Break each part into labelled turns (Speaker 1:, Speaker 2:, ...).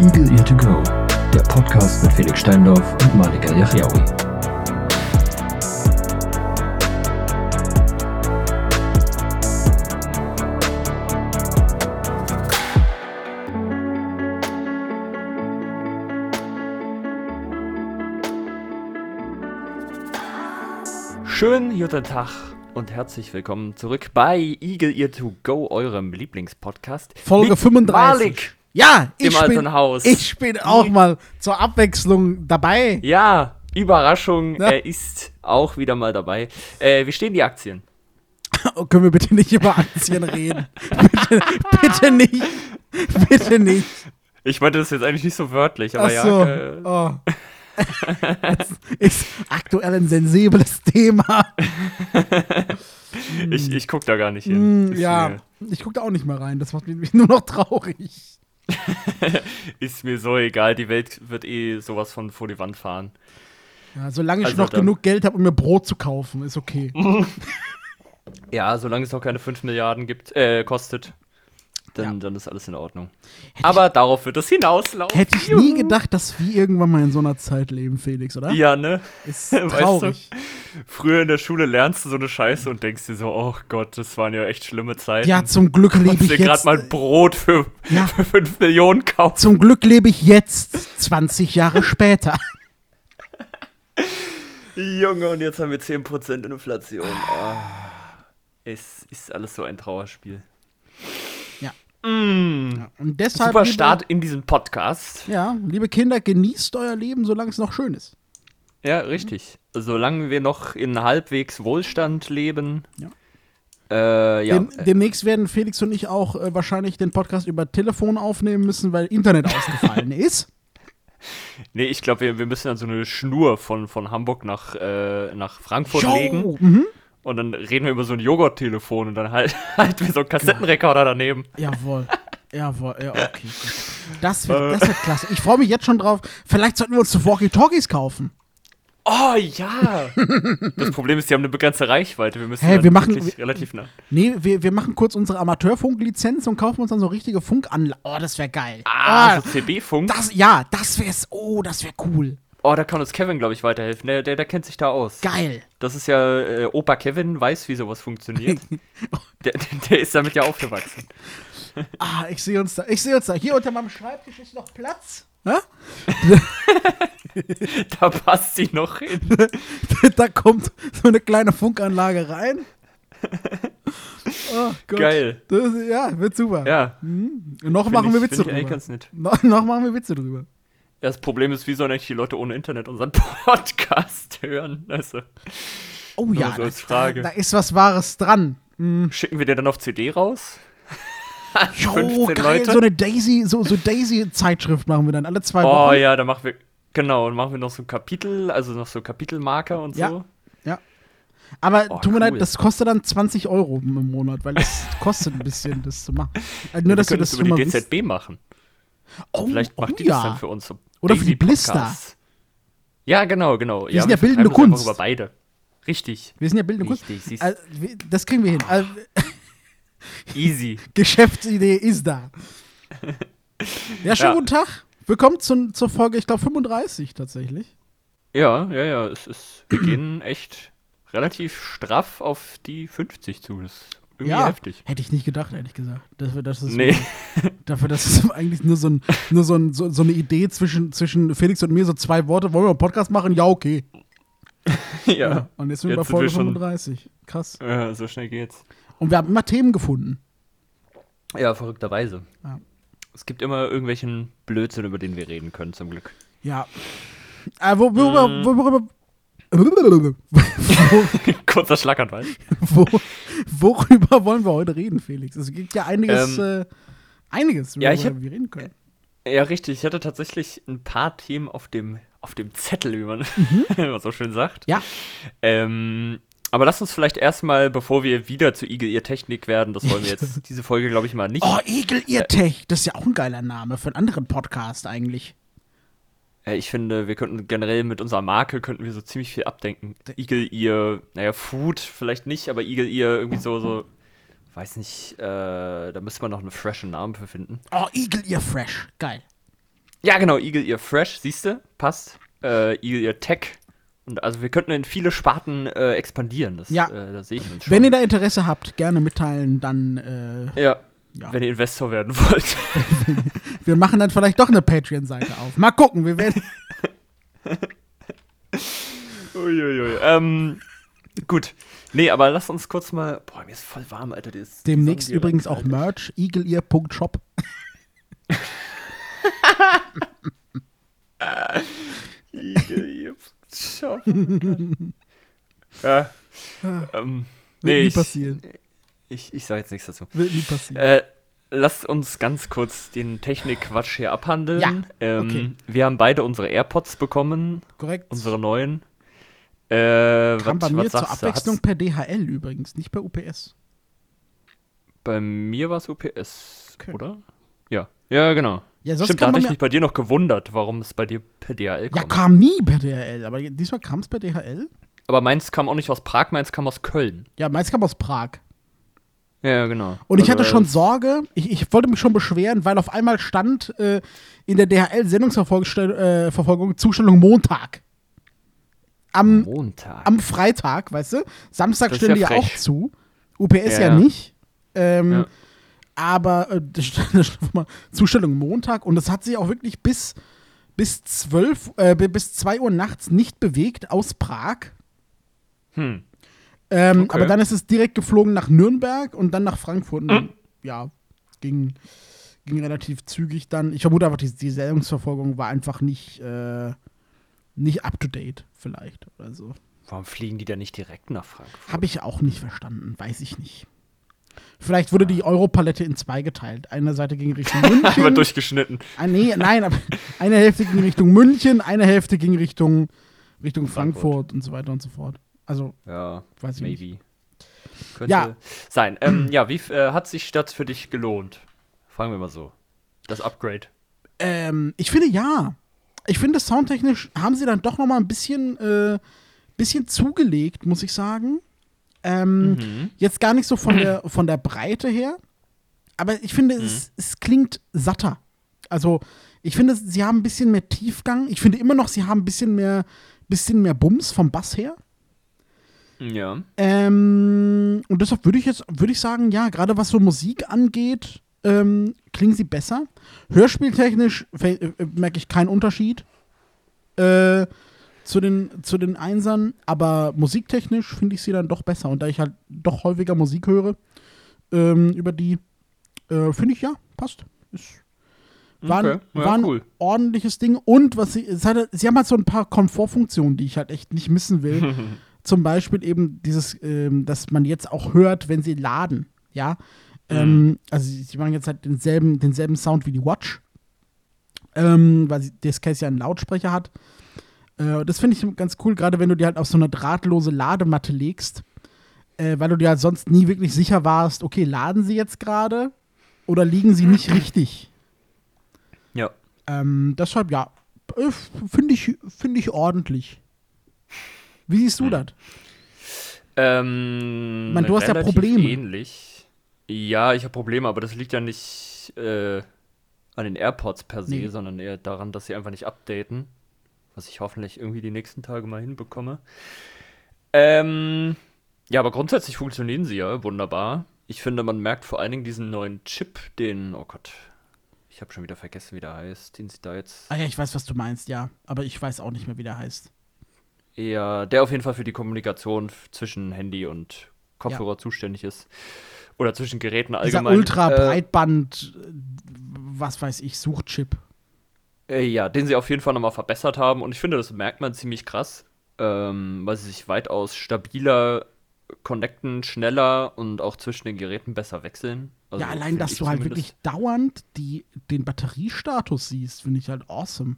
Speaker 1: Eagle Ear to Go, der Podcast mit Felix Steindorf und Malika Yachiaoui.
Speaker 2: Schönen guten Tag und herzlich willkommen zurück bei Eagle Ear to Go, eurem Lieblingspodcast.
Speaker 3: Folge
Speaker 2: Mit
Speaker 3: 35.
Speaker 2: Malik.
Speaker 3: Ja, ich
Speaker 2: Im alten Haus.
Speaker 3: ich bin auch mal zur Abwechslung dabei.
Speaker 2: Ja, Überraschung,
Speaker 3: Na?
Speaker 2: er ist auch wieder mal dabei. Äh, wie stehen die Aktien?
Speaker 3: Oh, können wir bitte nicht über Aktien reden? bitte, bitte nicht. Bitte nicht.
Speaker 2: Ich meinte das jetzt eigentlich nicht so wörtlich, aber äh,
Speaker 3: Ach so. Oh. das ist aktuell ein sensibles Thema.
Speaker 2: ja, ich, ich guck da gar nicht hin.
Speaker 3: Hm, Ähm. ja, ich gucke da auch nicht mehr rein. Das macht mich nur noch traurig.
Speaker 2: Ist mir so egal, die Welt wird eh sowas von vor die Wand fahren.
Speaker 3: Ja, solange ich
Speaker 2: Also
Speaker 3: noch
Speaker 2: dann-
Speaker 3: genug Geld habe, um mir Brot zu kaufen, ist okay.
Speaker 2: Ja, solange es noch keine 5 Milliarden gibt, äh, kostet, dann, dann ist alles in Ordnung. aber darauf wird es hinauslaufen.
Speaker 3: Hätte ich nie gedacht, dass wir irgendwann mal in so einer Zeit leben, Felix, oder?
Speaker 2: Ja, ne?
Speaker 3: Ist
Speaker 2: Weißt du?
Speaker 3: traurig.
Speaker 2: Früher in der Schule lernst du so eine Scheiße und denkst dir so, oh Gott, das waren ja echt schlimme Zeiten.
Speaker 3: Ja, zum Glück
Speaker 2: Kannst
Speaker 3: lebe ich
Speaker 2: dir gerade
Speaker 3: jetzt. äh,
Speaker 2: mal ein Brot für,
Speaker 3: Ja.
Speaker 2: für 5 Millionen kaufen.
Speaker 3: Zum Glück lebe ich jetzt, 20 Jahre später.
Speaker 2: Junge, und jetzt haben wir 10% Inflation. Ah. Es ist alles so ein Trauerspiel.
Speaker 3: Ja.
Speaker 2: Mm.
Speaker 3: Ja, Und deshalb.
Speaker 2: Super
Speaker 3: liebe-
Speaker 2: Start in diesem Podcast.
Speaker 3: Ja, liebe Kinder, genießt euer Leben, solange es noch schön ist.
Speaker 2: Ja, richtig. Solange wir noch in halbwegs Wohlstand leben.
Speaker 3: Ja.
Speaker 2: Äh, ja.
Speaker 3: Dem, demnächst werden Felix und ich auch äh, wahrscheinlich den Podcast über Telefon aufnehmen müssen, weil Internet ausgefallen ist.
Speaker 2: Nee, ich glaube, wir, wir müssen dann so eine Schnur von, von Hamburg nach, äh, nach Frankfurt
Speaker 3: Jo!
Speaker 2: legen.
Speaker 3: Mhm.
Speaker 2: Und dann reden wir über so ein Joghurttelefon und dann halt, halt wir so einen Kassettenrekorder daneben.
Speaker 3: Jawohl. Jawohl, ja, okay. Gut. Das wird,
Speaker 2: Äh.
Speaker 3: das wird klasse. Ich freue mich jetzt schon drauf. Vielleicht sollten wir uns so Walkie-Talkies kaufen.
Speaker 2: Oh ja! das Problem ist, die haben eine begrenzte Reichweite. Wir müssen
Speaker 3: Hey,
Speaker 2: dann
Speaker 3: wir machen-
Speaker 2: wirklich relativ nah.
Speaker 3: Nee, wir, wir machen kurz unsere Amateurfunklizenz und kaufen uns dann so richtige Funkanlagen. Oh, das wäre geil.
Speaker 2: Ah, so CB-Funk.
Speaker 3: das, ja, das wär's. Oh, das wäre cool.
Speaker 2: Oh, da kann uns Kevin, glaube ich, weiterhelfen. Der, der, der kennt sich da aus.
Speaker 3: Geil.
Speaker 2: Das ist ja, äh, Opa Kevin weiß, wie sowas funktioniert. der, der ist damit ja aufgewachsen.
Speaker 3: Ah, ich sehe uns da. Ich sehe uns da. Hier unter meinem Schreibtisch ist noch Platz. Ja?
Speaker 2: Da passt sie noch hin.
Speaker 3: da kommt so eine kleine Funkanlage rein. Oh Gott.
Speaker 2: Geil.
Speaker 3: Das, ja, wird super.
Speaker 2: Ja,
Speaker 3: Und noch machen
Speaker 2: ich-
Speaker 3: wir Witze
Speaker 2: find ich eigentlich
Speaker 3: drüber.
Speaker 2: ganz nett.
Speaker 3: No, noch machen wir Witze drüber.
Speaker 2: das Problem ist, wie sollen eigentlich die Leute ohne Internet unseren Podcast hören? Also,
Speaker 3: Oh ja,
Speaker 2: so als
Speaker 3: da-
Speaker 2: Frage.
Speaker 3: Da, da ist was Wahres dran. Hm.
Speaker 2: schicken wir den dann auf CD raus?
Speaker 3: Jo,
Speaker 2: 15
Speaker 3: geil,
Speaker 2: Leute.
Speaker 3: so eine Daisy, so, so Daisy-Zeitschrift machen wir dann alle zwei
Speaker 2: Oh
Speaker 3: Wochen.
Speaker 2: ja, dann machen wir, genau, dann machen wir noch so ein Kapitel, also noch so Kapitelmarker und
Speaker 3: Ja.
Speaker 2: so.
Speaker 3: Aber
Speaker 2: Oh,
Speaker 3: tut mir leid,
Speaker 2: cool.
Speaker 3: das kostet dann 20 Euro im Monat, weil es kostet ein bisschen, das zu machen. Also
Speaker 2: Wir
Speaker 3: nur, dass ihr
Speaker 2: können
Speaker 3: das
Speaker 2: es
Speaker 3: schon
Speaker 2: über
Speaker 3: mal
Speaker 2: die
Speaker 3: wisst.
Speaker 2: DZB machen.
Speaker 3: Oh,
Speaker 2: Vielleicht macht
Speaker 3: oh,
Speaker 2: die
Speaker 3: ja.
Speaker 2: das dann für uns. so
Speaker 3: Oder für die Blister.
Speaker 2: Daisy-Podcasts. Ja, genau, genau. Die
Speaker 3: sind ja bildende Kunst.
Speaker 2: Über beide. Richtig.
Speaker 3: Wir sind ja bildende Kunst.
Speaker 2: Richtig, siehst-
Speaker 3: Also, wir- das kriegen wir hin. Also,
Speaker 2: Easy.
Speaker 3: Geschäftsidee ist da. Ja,
Speaker 2: Ja.
Speaker 3: schönen guten Tag. Willkommen zum, zur Folge, ich glaube, 35 tatsächlich.
Speaker 2: Ja, ja, ja. Es ist, wir gehen echt relativ straff auf die 50 zu. Das ist irgendwie
Speaker 3: ja,
Speaker 2: heftig.
Speaker 3: hätte ich nicht gedacht, ehrlich gesagt. Dafür, dass es,
Speaker 2: Nee.
Speaker 3: dafür, dass es eigentlich nur, so, ein, nur so, ein, so, so eine Idee zwischen, zwischen Felix und mir, so zwei Worte. Wollen wir einen Podcast machen? Ja, okay.
Speaker 2: ja.
Speaker 3: Und jetzt sind wir
Speaker 2: Jetzt
Speaker 3: bei Folge
Speaker 2: sind wir schon-
Speaker 3: 35. Krass.
Speaker 2: ja, so schnell geht's.
Speaker 3: Und wir haben immer Themen gefunden.
Speaker 2: Ja, verrückterweise.
Speaker 3: Ja.
Speaker 2: Es gibt immer irgendwelchen Blödsinn, über den wir reden können, zum Glück.
Speaker 3: Ja. Äh, wo, worüber,
Speaker 2: Mhm.
Speaker 3: worüber,
Speaker 2: Kurzer Schlaganfall.
Speaker 3: Wo, worüber wollen wir heute reden, Felix? Es gibt ja einiges, äh, einiges,
Speaker 2: Ähm, ja,
Speaker 3: worüber
Speaker 2: ich hab-
Speaker 3: wir reden können.
Speaker 2: Ja, richtig. Ich hatte tatsächlich ein paar Themen auf dem, auf dem Zettel, wie man, wie man so schön sagt.
Speaker 3: Mhm. Ja,
Speaker 2: Ähm, aber lasst uns vielleicht erstmal, bevor wir wieder zu Eagle Ear Technik werden, das wollen wir jetzt diese Folge, glaube ich, mal nicht.
Speaker 3: oh, Eagle Ear Tech, das ist ja auch ein geiler Name für einen anderen Podcast eigentlich.
Speaker 2: Äh, ich finde, wir könnten generell mit unserer Marke könnten wir so ziemlich viel abdenken. Eagle Ear, naja, Food vielleicht nicht, aber Eagle Ear irgendwie so, so, weiß nicht, äh, da müsste man noch einen freshen Namen für finden.
Speaker 3: Oh, Eagle Ear Fresh, geil.
Speaker 2: Ja, genau, Eagle Ear Fresh, siehst du, passt. Äh, Eagle Ear Tech. Und also wir könnten in viele Sparten äh, expandieren. Das,
Speaker 3: Ja.
Speaker 2: äh, das sehe ich uns schon.
Speaker 3: Wenn ihr da Interesse habt, gerne mitteilen, dann äh,
Speaker 2: ja.
Speaker 3: Ja.
Speaker 2: Wenn ihr Investor werden wollt.
Speaker 3: wir machen dann vielleicht doch eine Patreon-Seite auf. Mal gucken, wir werden.
Speaker 2: Uiuiui. Ähm, gut. Nee, aber lass uns kurz mal. Boah, mir ist voll warm, Alter. die ist- die
Speaker 3: Demnächst
Speaker 2: Sonne, die
Speaker 3: übrigens
Speaker 2: rennt,
Speaker 3: auch
Speaker 2: Alter.
Speaker 3: Merch, eagleear.shop.
Speaker 2: Igel, Shop. ja. Ähm,
Speaker 3: Ah. Wird
Speaker 2: nee,
Speaker 3: nie
Speaker 2: ich,
Speaker 3: passieren.
Speaker 2: ich, ich sage jetzt nichts dazu.
Speaker 3: Wird nie passieren.
Speaker 2: Äh, lasst uns ganz kurz den Technik-Quatsch hier abhandeln.
Speaker 3: Ja,
Speaker 2: ähm,
Speaker 3: okay.
Speaker 2: Wir haben beide unsere AirPods bekommen,
Speaker 3: Korrekt.
Speaker 2: Äh, unsere neuen. Äh, was,
Speaker 3: Kam bei mir
Speaker 2: was
Speaker 3: zur
Speaker 2: sagst du?
Speaker 3: Abwechslung
Speaker 2: Hat's-
Speaker 3: per DHL übrigens, nicht per UPS.
Speaker 2: Bei mir war es UPS,
Speaker 3: Okay.
Speaker 2: oder? Ja. Ja, genau.
Speaker 3: Ja, sonst
Speaker 2: Stimmt, da hatte
Speaker 3: kam bei
Speaker 2: ich
Speaker 3: mir-
Speaker 2: mich bei dir noch gewundert, warum es bei dir per DHL
Speaker 3: Ja,
Speaker 2: kommt.
Speaker 3: kam nie per DHL, aber diesmal kam es per DHL.
Speaker 2: Aber meins kam auch nicht aus Prag, meins kam aus Köln.
Speaker 3: Ja, meins kam aus Prag.
Speaker 2: Ja, genau.
Speaker 3: Und ich
Speaker 2: Also,
Speaker 3: hatte schon Sorge, ich, ich wollte mich schon beschweren, weil auf einmal stand äh, in der DHL-Sendungsverfolgung äh, Zustellung Montag. Am,
Speaker 2: Montag.
Speaker 3: am Freitag, weißt du? Samstag
Speaker 2: Das ist
Speaker 3: stellen die
Speaker 2: ja
Speaker 3: ja auch
Speaker 2: frech.
Speaker 3: zu. UPS ja,
Speaker 2: Ja, ja.
Speaker 3: nicht. Ähm,
Speaker 2: Ja.
Speaker 3: Aber äh, da stand- da stand mal Zustellung Montag und das hat sich auch wirklich bis, bis 12, äh, bi- bis 2 Uhr nachts nicht bewegt aus Prag.
Speaker 2: Hm.
Speaker 3: Ähm,
Speaker 2: Okay.
Speaker 3: Aber dann ist es direkt geflogen nach Nürnberg und dann nach Frankfurt. Und
Speaker 2: Ah.
Speaker 3: dann, Ja, ging, ging relativ zügig dann. Ich vermute einfach, die, die Sendungsverfolgung war einfach nicht, äh, nicht up to date, vielleicht. Oder so.
Speaker 2: Warum fliegen die denn nicht direkt nach Frankfurt?
Speaker 3: Habe ich auch nicht verstanden, weiß ich nicht. Vielleicht wurde die Europalette in zwei geteilt. Eine Seite ging Richtung
Speaker 2: Einmal
Speaker 3: München.
Speaker 2: durchgeschnitten.
Speaker 3: ah, nee, nein, aber eine Hälfte ging Richtung München, eine Hälfte ging Richtung, Richtung Frankfurt, und so weiter und so fort. Also,
Speaker 2: Ja,
Speaker 3: Weiß ich
Speaker 2: maybe. Könnte
Speaker 3: Ja.
Speaker 2: sein. Ähm, ja, wie f- äh, hat sich das für dich gelohnt? Fragen wir mal so. Das Upgrade.
Speaker 3: ähm, ich finde ja. Ich finde, soundtechnisch haben sie dann doch noch mal ein bisschen, äh, bisschen zugelegt, muss ich sagen.
Speaker 2: Mhm.
Speaker 3: Ähm, Jetzt gar nicht so von der, von der Breite her, aber ich finde, es, es klingt satter. Also, ich finde, sie haben ein bisschen mehr Tiefgang. Ich finde immer noch, sie haben ein bisschen mehr, bisschen mehr Bums vom Bass her.
Speaker 2: Ja.
Speaker 3: Ähm, und deshalb würde ich jetzt, würde ich sagen, ja, gerade was so Musik angeht, ähm, klingen sie besser. Hörspieltechnisch fe- äh, merke ich keinen Unterschied äh, zu, den, zu den Einsern, aber musiktechnisch finde ich sie dann doch besser. Und da ich halt doch häufiger Musik höre ähm, über die, äh, finde ich, ja, passt. Ist, war,
Speaker 2: Okay,
Speaker 3: ein,
Speaker 2: ja,
Speaker 3: war ein
Speaker 2: cool.
Speaker 3: ordentliches Ding. Und was sie, es hatte, sie haben halt so ein paar Komfortfunktionen, die ich halt echt nicht missen will. Zum Beispiel eben dieses, ähm, dass man jetzt auch hört, wenn sie laden. Ja.
Speaker 2: Mhm.
Speaker 3: Ähm, also sie sie machen jetzt halt denselben, denselben Sound wie die Watch. Ähm, weil sie, das Case ja einen Lautsprecher hat. Äh, das finde ich ganz cool, gerade wenn du dir halt auf so eine drahtlose Ladematte legst. Äh, weil du dir halt sonst nie wirklich sicher warst, okay, laden sie jetzt gerade oder liegen sie nicht richtig?
Speaker 2: Ja.
Speaker 3: Ähm, deshalb ja, äh, finde ich, finde ich ordentlich. Wie siehst du
Speaker 2: Hm.
Speaker 3: das?
Speaker 2: Ähm,
Speaker 3: Man, du hast ja
Speaker 2: relativ
Speaker 3: Probleme.
Speaker 2: Ähnlich. Ja, ich habe Probleme, aber das liegt ja nicht äh, an den AirPods per se,
Speaker 3: Nee.
Speaker 2: sondern eher daran, dass sie einfach nicht updaten. Was ich hoffentlich irgendwie die nächsten Tage mal hinbekomme. Ähm, ja, aber grundsätzlich funktionieren sie ja wunderbar. Ich finde, man merkt vor allen Dingen diesen neuen Chip, den, oh Gott, ich habe schon wieder vergessen, wie der heißt, den sie da jetzt.
Speaker 3: Ah ja, ich weiß, was du meinst, ja. Aber ich weiß auch nicht mehr, wie der heißt.
Speaker 2: Ja, der auf jeden Fall für die Kommunikation f- zwischen Handy und Kopfhörer zuständig ist. Oder zwischen Geräten
Speaker 3: Dieser
Speaker 2: allgemein. äh,
Speaker 3: Ultra-Breitband, äh, was weiß ich, Suchchip.
Speaker 2: Äh, äh, ja, den sie auf jeden Fall nochmal verbessert haben. Und ich finde, das merkt man ziemlich krass, ähm, weil sie sich weitaus stabiler connecten, schneller und auch zwischen den Geräten besser wechseln. Also,
Speaker 3: ja, allein,
Speaker 2: find
Speaker 3: dass
Speaker 2: ich
Speaker 3: du halt
Speaker 2: zumindest.
Speaker 3: wirklich dauernd die, den Batteriestatus siehst, finde ich halt awesome.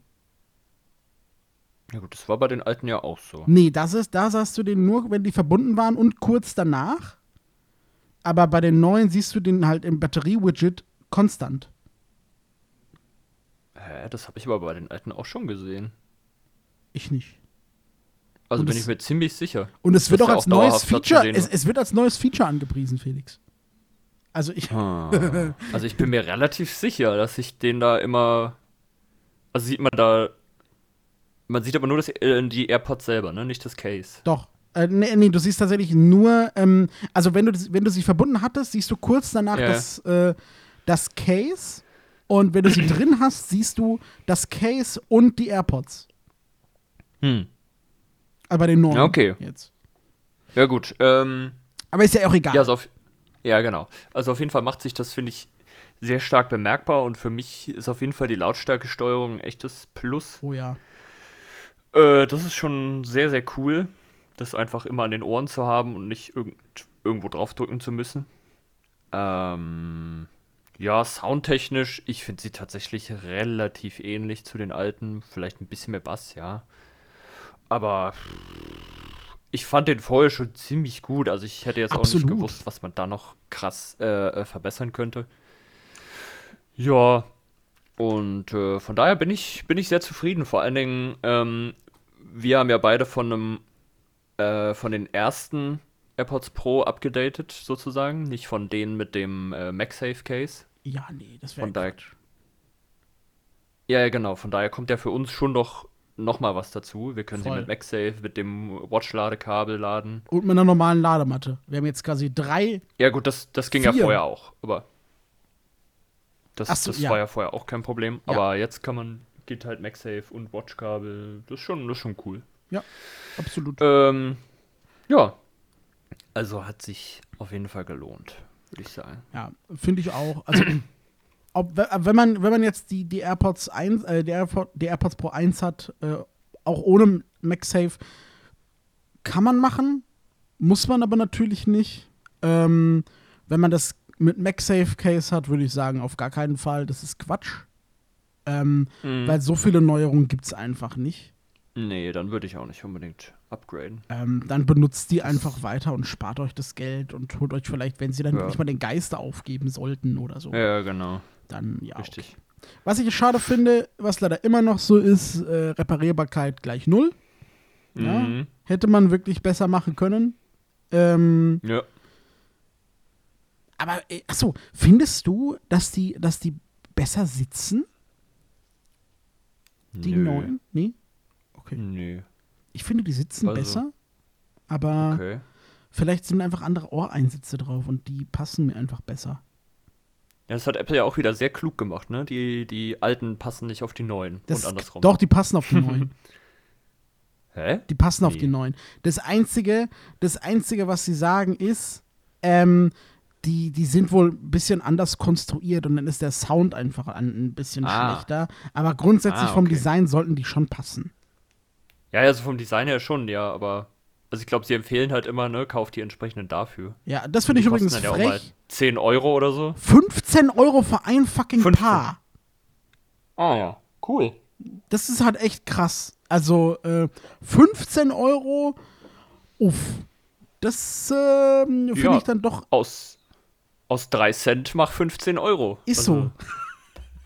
Speaker 2: Ja, gut, das war bei den alten ja auch so.
Speaker 3: Nee, das ist, da sahst du den nur, wenn die verbunden waren und kurz danach. Aber bei den neuen siehst du den halt im Batterie-Widget konstant.
Speaker 2: Hä, das habe ich aber bei den alten auch schon gesehen.
Speaker 3: Ich nicht.
Speaker 2: Also
Speaker 3: Und
Speaker 2: bin
Speaker 3: das-
Speaker 2: ich mir ziemlich sicher.
Speaker 3: Und es wird
Speaker 2: Dass
Speaker 3: auch
Speaker 2: er
Speaker 3: als
Speaker 2: auch
Speaker 3: neues
Speaker 2: dauerhaft dort zu
Speaker 3: Feature,
Speaker 2: sehen ne?
Speaker 3: es,
Speaker 2: war.
Speaker 3: es wird als neues Feature angepriesen, Felix. Also ich,
Speaker 2: Ah. Also ich bin mir relativ sicher, dass ich den da immer Also sieht man da. Man sieht aber nur das, äh, die AirPods selber, ne? Nicht das Case.
Speaker 3: Doch. Äh, nee, nee, du siehst tatsächlich nur, ähm, also wenn du, das- wenn du sie verbunden hattest, siehst du kurz danach
Speaker 2: Ja.
Speaker 3: das, äh, das Case. Und wenn du sie drin hast, siehst du das Case und die AirPods.
Speaker 2: Hm.
Speaker 3: Aber bei den neuen.
Speaker 2: Ja, okay.
Speaker 3: Jetzt.
Speaker 2: Ja, gut. Ähm,
Speaker 3: Aber ist ja auch egal.
Speaker 2: ja, also auf, ja, genau. Also auf jeden Fall macht sich das, finde ich, sehr stark bemerkbar und für mich ist auf jeden Fall die Lautstärkesteuerung ein echtes Plus.
Speaker 3: oh ja.
Speaker 2: Äh, das ist schon sehr, sehr cool, das einfach immer an den Ohren zu haben und nicht irgend irgendwo draufdrücken zu müssen. Ähm, ja, soundtechnisch, ich finde sie tatsächlich relativ ähnlich zu den alten. Vielleicht ein bisschen mehr Bass, ja. Aber ich fand den vorher schon ziemlich gut. Also ich hätte jetzt auch
Speaker 3: Absolut.
Speaker 2: nicht gewusst, was man da noch krass äh, äh, verbessern könnte. Ja, und äh, von daher bin ich, bin ich sehr zufrieden. Vor allen Dingen, ähm, wir haben ja beide von einem äh, von den ersten AirPods Pro abgedatet, sozusagen. Nicht von denen mit dem äh, MagSafe Case.
Speaker 3: Ja, nee, das wäre.
Speaker 2: Von daher. Ja, ja, genau. Von daher kommt ja für uns schon noch, noch mal was dazu. Wir können
Speaker 3: Voll.
Speaker 2: sie mit MagSafe, mit dem Watch-Ladekabel laden.
Speaker 3: Und mit einer normalen Ladematte. Wir haben jetzt quasi drei.
Speaker 2: Ja, gut, das, das ging ja
Speaker 3: Vier.
Speaker 2: vorher auch. Aber
Speaker 3: Ach
Speaker 2: das,
Speaker 3: so,
Speaker 2: das
Speaker 3: ja.
Speaker 2: war ja vorher auch kein Problem.
Speaker 3: Ja.
Speaker 2: Aber jetzt kann man, geht halt MagSafe und Watch-Kabel. Das ist schon, das ist schon cool.
Speaker 3: Ja, absolut.
Speaker 2: Ähm, ja. Also hat sich auf jeden Fall gelohnt, würde ich sagen.
Speaker 3: Ja, finde ich auch. Also, ob, we- wenn, man, wenn man jetzt die, die, AirPods 1, äh, die, Airpo- die AirPods Pro 1 hat, äh, auch ohne MagSafe, kann man machen, muss man aber natürlich nicht. Ähm, wenn man das mit MagSafe Case hat, würde ich sagen, auf gar keinen Fall, das ist Quatsch. Ähm,
Speaker 2: Mhm.
Speaker 3: Weil so viele Neuerungen gibt es einfach nicht.
Speaker 2: Nee, dann würde ich auch nicht unbedingt upgraden.
Speaker 3: Ähm, dann benutzt die einfach weiter und spart euch das Geld und holt euch vielleicht, wenn sie dann
Speaker 2: Ja.
Speaker 3: wirklich mal den Geist aufgeben sollten oder so,
Speaker 2: Ja, genau.
Speaker 3: dann ja.
Speaker 2: Richtig.
Speaker 3: Was ich schade finde, was leider immer noch so ist, äh, Reparierbarkeit gleich null. Ja.
Speaker 2: Mhm.
Speaker 3: Hätte man wirklich besser machen können. Ähm,
Speaker 2: Ja.
Speaker 3: aber, äh, achso, findest du, dass die, dass die besser sitzen? Die
Speaker 2: Nö.
Speaker 3: neuen? Nee? Okay.
Speaker 2: Nö.
Speaker 3: Ich finde, die sitzen
Speaker 2: Also.
Speaker 3: besser. Aber
Speaker 2: Okay.
Speaker 3: vielleicht sind einfach andere Ohreinsätze drauf und die passen mir einfach besser.
Speaker 2: Ja, das hat Apple ja auch wieder sehr klug gemacht, ne? Die, die alten passen nicht auf die neuen
Speaker 3: Das
Speaker 2: und andersrum.
Speaker 3: Doch, die passen auf die neuen.
Speaker 2: Hä?
Speaker 3: Die passen auf
Speaker 2: Nee.
Speaker 3: die neuen. Das Einzige, das Einzige, was sie sagen, ist, ähm, die, die sind wohl ein bisschen anders konstruiert und dann ist der Sound einfach an, ein bisschen
Speaker 2: Ah.
Speaker 3: schlechter. Aber grundsätzlich
Speaker 2: Ah,
Speaker 3: vom
Speaker 2: okay.
Speaker 3: Design sollten die schon passen.
Speaker 2: Ja, also vom Design her schon, ja, aber. Also ich glaube, sie empfehlen halt immer, ne, kauft die entsprechenden dafür.
Speaker 3: Ja, das finde ich
Speaker 2: Die kosten
Speaker 3: übrigens
Speaker 2: dann ja auch mal
Speaker 3: frech.
Speaker 2: 10 Euro oder so.
Speaker 3: 15 Euro für ein fucking
Speaker 2: 15.
Speaker 3: Paar.
Speaker 2: Ah ja. Cool.
Speaker 3: Das ist halt echt krass. Also äh, 15 Euro, uff. Das ähm, finde
Speaker 2: Ja.
Speaker 3: ich dann doch,
Speaker 2: Aus, aus 3 Cent mach 15 Euro.
Speaker 3: ist
Speaker 2: Also,
Speaker 3: so.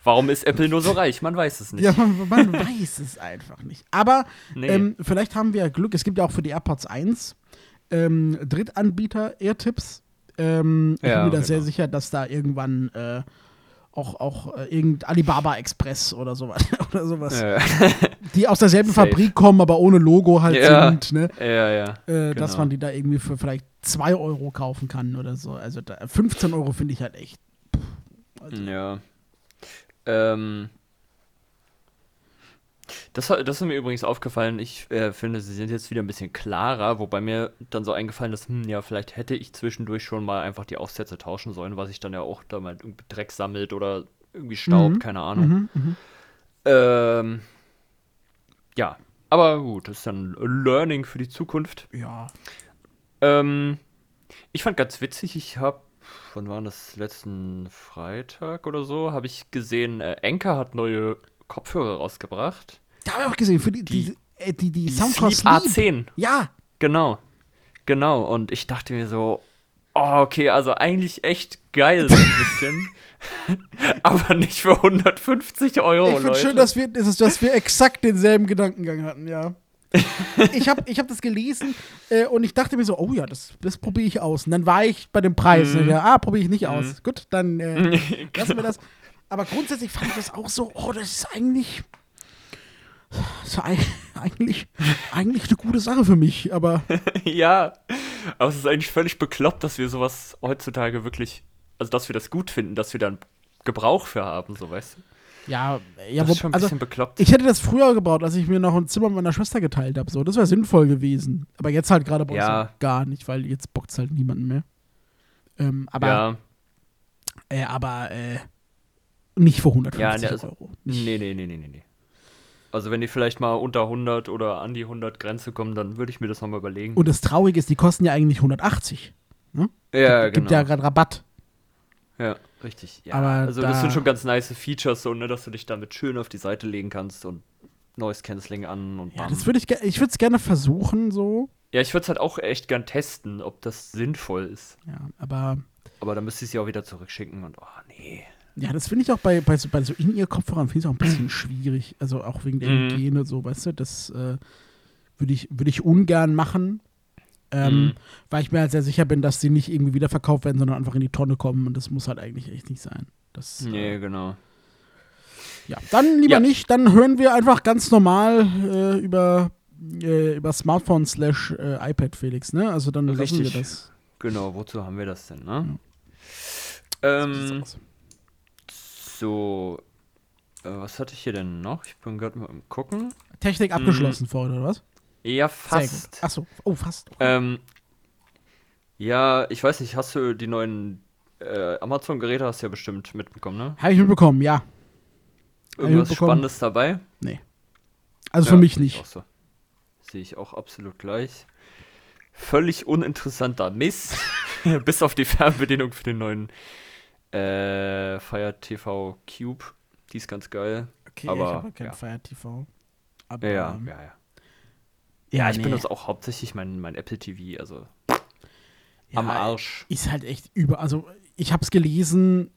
Speaker 2: Warum ist Apple nur so reich? Man weiß es nicht.
Speaker 3: Ja, man, man weiß es einfach nicht. Aber
Speaker 2: Nee.
Speaker 3: ähm, vielleicht haben wir ja Glück. Es gibt ja auch für die AirPods 1 ähm, Drittanbieter AirTips. Ähm, ich
Speaker 2: Ja,
Speaker 3: bin mir da
Speaker 2: genau.
Speaker 3: sehr sicher, dass da irgendwann äh, auch, auch äh, irgend Alibaba Express oder sowas, oder sowas
Speaker 2: Äh,
Speaker 3: die aus derselben
Speaker 2: Safe.
Speaker 3: Fabrik kommen, aber ohne Logo halt
Speaker 2: Ja.
Speaker 3: sind, ne?
Speaker 2: ja, ja.
Speaker 3: Äh, Dass
Speaker 2: Genau.
Speaker 3: man die da irgendwie für vielleicht 2 Euro kaufen kann oder so. Also da, 15 Euro finde ich halt echt.
Speaker 2: Ja. Ähm. Das, hat- das ist mir übrigens aufgefallen. Ich äh, finde, sie sind jetzt wieder ein bisschen klarer, wobei mir dann so eingefallen ist, hm, ja, vielleicht hätte ich zwischendurch schon mal einfach die Aufsätze tauschen sollen, was sich dann ja auch da mal irgendwie Dreck sammelt oder irgendwie Staub,
Speaker 3: Mhm.
Speaker 2: keine Ahnung.
Speaker 3: Mhm, mhm.
Speaker 2: Ähm, ja, aber gut, das ist dann Learning für die Zukunft.
Speaker 3: Ja.
Speaker 2: Ähm, ich fand ganz witzig, ich habe, wann war das, letzten Freitag oder so, habe ich gesehen, äh, Anker hat neue Kopfhörer rausgebracht.
Speaker 3: Da haben wir auch gesehen, für die, die, die, die, die Soundcloud
Speaker 2: Sleep
Speaker 3: Sleep.
Speaker 2: A10,
Speaker 3: Ja,
Speaker 2: genau. Genau, und ich dachte mir so, oh, okay, also eigentlich echt geil so ein bisschen. aber nicht für 150 Euro,
Speaker 3: ich
Speaker 2: Oh,
Speaker 3: finde
Speaker 2: Leute.
Speaker 3: schön, dass wir, das ist, dass wir exakt denselben Gedankengang hatten, ja. ich habe ich hab das gelesen äh, und ich dachte mir so, oh ja, das, das probiere ich aus. Und dann war ich bei dem Preis. Und Ja, ah, probiere ich nicht aus.
Speaker 2: Mhm.
Speaker 3: Gut, dann äh, lassen wir das. Aber grundsätzlich fand ich das auch so, oh, das ist eigentlich, ist ja eig- eigentlich, eigentlich eine gute Sache für mich, aber
Speaker 2: ja, aber es ist eigentlich völlig bekloppt, dass wir sowas heutzutage wirklich, also dass wir das gut finden, dass wir da einen Gebrauch für haben, so weißt du.
Speaker 3: ja, ja
Speaker 2: Das
Speaker 3: wo,
Speaker 2: ist schon ein
Speaker 3: also
Speaker 2: bisschen bekloppt.
Speaker 3: ich hätte das früher gebaut, als ich mir noch ein Zimmer mit meiner Schwester geteilt habe. So, das wäre sinnvoll gewesen. Aber jetzt halt gerade bei uns
Speaker 2: Ja.
Speaker 3: so gar nicht, weil jetzt bockt es halt niemanden mehr. Ähm, aber
Speaker 2: ja,
Speaker 3: äh, aber äh, nicht für 150
Speaker 2: Ja, ne, also-
Speaker 3: Euro.
Speaker 2: nee, nee, nee, nee, nee, nee. Also wenn die vielleicht mal unter 100 oder an die 100 Grenze kommen, dann würde ich mir das nochmal überlegen.
Speaker 3: Und das Traurige ist, die kosten ja eigentlich 180.
Speaker 2: ja, genau.
Speaker 3: Gibt ja gerade Rabatt.
Speaker 2: Ja, richtig. Ja.
Speaker 3: Aber
Speaker 2: also das
Speaker 3: da-
Speaker 2: sind schon ganz nice Features, so, ne, dass du dich damit schön auf die Seite legen kannst und Noise Cancelling an und
Speaker 3: Ja,
Speaker 2: bam.
Speaker 3: das würde ich, ge- ich würde es gerne versuchen, so.
Speaker 2: ja, ich würde es halt auch echt gern testen, ob das sinnvoll ist.
Speaker 3: Ja, aber
Speaker 2: Aber dann müsste ich sie auch wieder zurückschicken und oh nee.
Speaker 3: ja, das finde ich auch bei, bei so, bei so In-Ear-Kopfhörern finde ich auch ein bisschen schwierig. Also auch wegen der
Speaker 2: Mhm.
Speaker 3: Hygiene, so, weißt du, das äh, würde ich, würde ich ungern machen. Ähm,
Speaker 2: Mhm.
Speaker 3: Weil ich mir halt sehr sicher bin, dass die nicht irgendwie wieder verkauft werden, sondern einfach in die Tonne kommen und das muss halt eigentlich echt nicht sein. Das,
Speaker 2: Nee,
Speaker 3: äh,
Speaker 2: genau.
Speaker 3: ja. Dann lieber
Speaker 2: Ja.
Speaker 3: nicht, dann hören wir einfach ganz normal äh, über, äh, über Smartphone slash äh, iPad, Felix, ne? Also dann lassen wir
Speaker 2: Richtig.
Speaker 3: das.
Speaker 2: Genau, wozu haben wir das denn, ne?
Speaker 3: So sieht's
Speaker 2: Ähm,
Speaker 3: aus.
Speaker 2: so. Äh, was hatte ich hier denn noch? Ich bin gerade mal am gucken.
Speaker 3: Technik abgeschlossen vor, oder was?
Speaker 2: Ja,
Speaker 3: Sehr
Speaker 2: Mhm. fast.
Speaker 3: gut. Achso, oh, fast.
Speaker 2: Ähm, ja, ich weiß nicht, hast du die neuen äh, Amazon-Geräte hast du ja bestimmt mitbekommen, ne?
Speaker 3: Habe ich mitbekommen, ja.
Speaker 2: Irgendwas
Speaker 3: mitbekommen.
Speaker 2: Spannendes dabei?
Speaker 3: Also
Speaker 2: Ja,
Speaker 3: für mich
Speaker 2: sehe ich
Speaker 3: nicht.
Speaker 2: auch so. Sehe ich auch absolut gleich. Völlig uninteressanter Mist. Bis auf die Fernbedienung für den neuen äh, Fire TV Cube. Die ist ganz geil.
Speaker 3: Okay, halt
Speaker 2: Aber, ja.
Speaker 3: Fire TV. Aber,
Speaker 2: Ja, ja,
Speaker 3: ähm,
Speaker 2: ja. ja.
Speaker 3: ja,
Speaker 2: ich
Speaker 3: nee.
Speaker 2: benutze auch hauptsächlich mein, mein Apple TV, also
Speaker 3: ja,
Speaker 2: am Arsch.
Speaker 3: Ist halt echt über. Also, ich habe es gelesen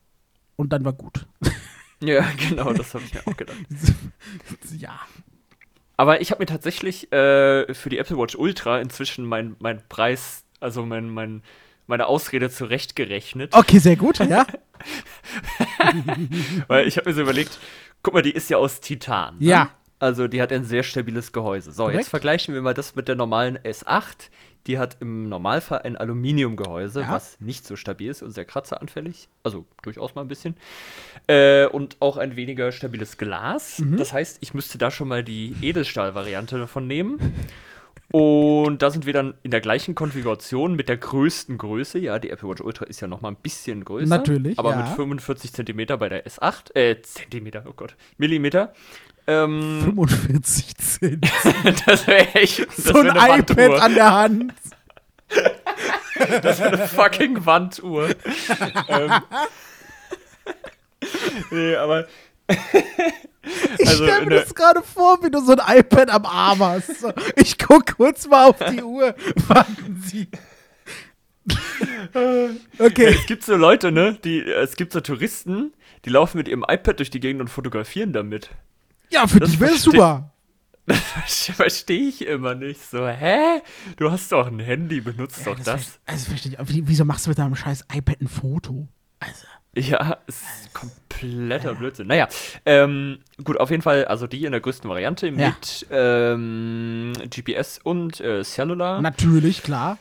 Speaker 3: und dann war gut.
Speaker 2: Ja, genau, das habe ich mir auch gedacht.
Speaker 3: ja.
Speaker 2: Aber ich habe mir tatsächlich äh, für die Apple Watch Ultra inzwischen mein, mein Preis, also mein, mein, meine Ausrede zurechtgerechnet.
Speaker 3: Okay, sehr gut, ja.
Speaker 2: Weil ich habe mir so überlegt, guck mal, die ist ja aus Titan. Ne?
Speaker 3: Ja.
Speaker 2: Also die hat ein sehr stabiles Gehäuse. So,
Speaker 3: Korrekt.
Speaker 2: jetzt vergleichen wir mal das mit der normalen S8. Die hat im Normalfall ein Aluminiumgehäuse,
Speaker 3: Ja.
Speaker 2: was nicht so stabil ist und sehr kratzeranfällig. Also durchaus mal ein bisschen. Äh, und auch ein weniger stabiles Glas.
Speaker 3: Mhm.
Speaker 2: Das heißt, ich müsste da schon mal die Edelstahl-Variante davon nehmen. Und da sind wir dann in der gleichen Konfiguration mit der größten Größe. Ja, die Apple Watch Ultra ist ja noch mal ein bisschen größer.
Speaker 3: Natürlich,
Speaker 2: Aber
Speaker 3: ja.
Speaker 2: mit 45 Zentimeter bei der S8. Äh, Zentimeter, oh Gott. Millimeter. Ähm,
Speaker 3: 45 Cent.
Speaker 2: das wäre echt. Das
Speaker 3: So ein
Speaker 2: wär eine Wanduhr.
Speaker 3: iPad an der Hand.
Speaker 2: eine fucking Wanduhr. ähm. nee, aber.
Speaker 3: Ich
Speaker 2: Also
Speaker 3: stelle
Speaker 2: in
Speaker 3: mir
Speaker 2: der-
Speaker 3: das gerade vor, wie du so ein iPad am Arm hast. So, Ich gucke kurz mal auf die Uhr. Warten Sie. Okay.
Speaker 2: Es gibt so Leute, ne? Die, es gibt so Touristen, die laufen mit ihrem iPad durch die Gegend und fotografieren damit.
Speaker 3: Ja, für
Speaker 2: Das
Speaker 3: dich wäre es
Speaker 2: verste-
Speaker 3: super.
Speaker 2: Das verstehe ich immer nicht. So, hä? Du hast doch ein Handy, benutzt doch das.
Speaker 3: verste- Also verstehe ich. auch. Wie- Wieso machst du mit deinem scheiß iPad ein Foto? Also.
Speaker 2: Ja, es ist kompletter Blödsinn. Naja, ähm, gut, auf jeden Fall, also die in der größten Variante
Speaker 3: Ja.
Speaker 2: mit ähm, GPS und äh, Cellular.
Speaker 3: Natürlich, klar.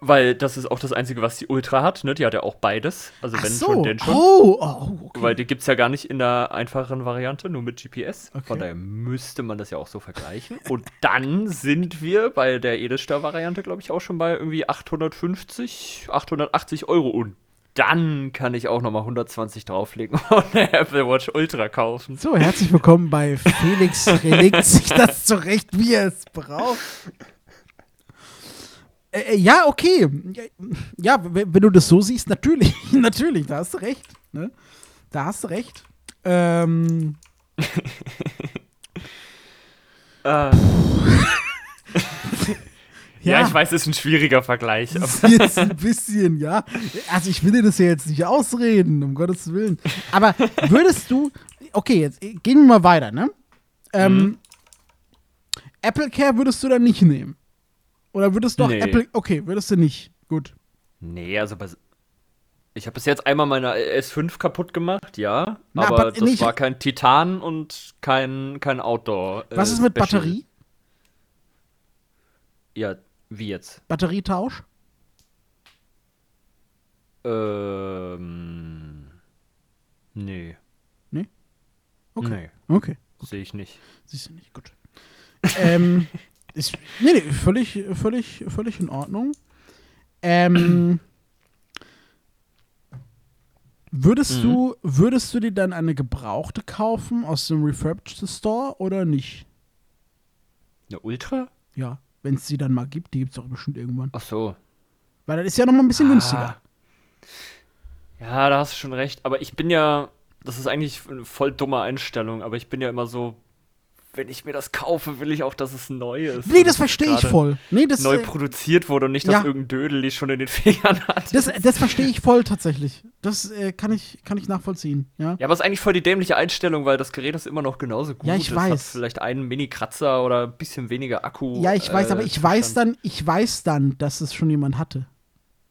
Speaker 2: Weil das ist auch das Einzige, was die Ultra hat, ne? Die hat ja auch beides. Also
Speaker 3: Ach
Speaker 2: wenn
Speaker 3: so.
Speaker 2: schon, denn schon.
Speaker 3: Oh, oh, okay.
Speaker 2: Weil die gibt es ja gar nicht in der einfacheren Variante, nur mit GPS.
Speaker 3: Okay.
Speaker 2: Von daher müsste man das ja auch so vergleichen. Und dann sind wir bei der Edelstahl-Variante, glaube ich, auch schon bei irgendwie 850, 880 Euro. Und dann kann ich auch nochmal 120 drauflegen und eine Apple Watch Ultra kaufen.
Speaker 3: So, herzlich willkommen bei Felix Relegt sich das zurecht, wie er es braucht. Äh, äh, ja, okay. Ja, w- wenn du das so siehst, natürlich, natürlich, da hast du recht. Ne? Da hast du recht. Ähm,
Speaker 2: Äh, ja. ich weiß, es ist ein schwieriger Vergleich. Aber
Speaker 3: Das ist jetzt ein bisschen, ja. Also ich will dir das ja jetzt nicht ausreden, um Gottes Willen. Aber würdest du, okay, jetzt äh, gehen wir mal weiter, ne? Ähm,
Speaker 2: Mhm.
Speaker 3: Apple Care würdest du dann nicht nehmen? Oder würdest du auch
Speaker 2: Nee.
Speaker 3: Apple, okay, würdest du nicht. Gut.
Speaker 2: nee, also bei, Ich habe bis jetzt einmal meine S5 kaputt gemacht, ja.
Speaker 3: Na,
Speaker 2: aber
Speaker 3: aber
Speaker 2: das
Speaker 3: nicht-
Speaker 2: war kein Titan und kein, kein Outdoor. äh,
Speaker 3: Was ist mit
Speaker 2: Special.
Speaker 3: Batterie?
Speaker 2: Ja, wie jetzt?
Speaker 3: Batterietausch?
Speaker 2: Ähm. Nee.
Speaker 3: Nee? Okay.
Speaker 2: Nee,
Speaker 3: Okay.
Speaker 2: sehe ich nicht.
Speaker 3: Siehst du nicht, gut. ähm, ist, nee, nee, völlig, völlig, völlig in Ordnung. Ähm, würdest, du,
Speaker 2: Mhm.
Speaker 3: würdest du dir dann eine gebrauchte kaufen aus dem Refurbished Store oder nicht?
Speaker 2: Eine Ultra?
Speaker 3: Ja, wenn es sie dann mal gibt, die gibt es doch bestimmt irgendwann.
Speaker 2: Ach so.
Speaker 3: Weil das ist ja noch mal ein
Speaker 2: Ah,
Speaker 3: bisschen günstiger.
Speaker 2: Ja, da hast du schon recht. Aber ich bin ja, das ist eigentlich eine voll dumme Einstellung, aber ich bin ja immer so, wenn ich mir das kaufe, will ich auch, dass es neu ist.
Speaker 3: Nee,
Speaker 2: Und
Speaker 3: das verstehe ich
Speaker 2: gerade
Speaker 3: voll. Nee, das,
Speaker 2: Neu
Speaker 3: äh,
Speaker 2: produziert wurde und nicht, dass
Speaker 3: ja.
Speaker 2: irgendein Dödel die schon in den Fingern hat.
Speaker 3: das, das verstehe ich voll tatsächlich. Das äh, kann, ich, kann ich nachvollziehen. Ja?
Speaker 2: ja, aber ist eigentlich voll die dämliche Einstellung, weil das Gerät ist immer noch genauso gut.
Speaker 3: Ja, ich
Speaker 2: es Hat
Speaker 3: weiß.
Speaker 2: vielleicht einen Mini-Kratzer oder ein bisschen weniger Akku.
Speaker 3: Ja, ich weiß,
Speaker 2: äh,
Speaker 3: aber ich weiß
Speaker 2: Zustand.
Speaker 3: dann, ich weiß dann, dass es schon jemand hatte.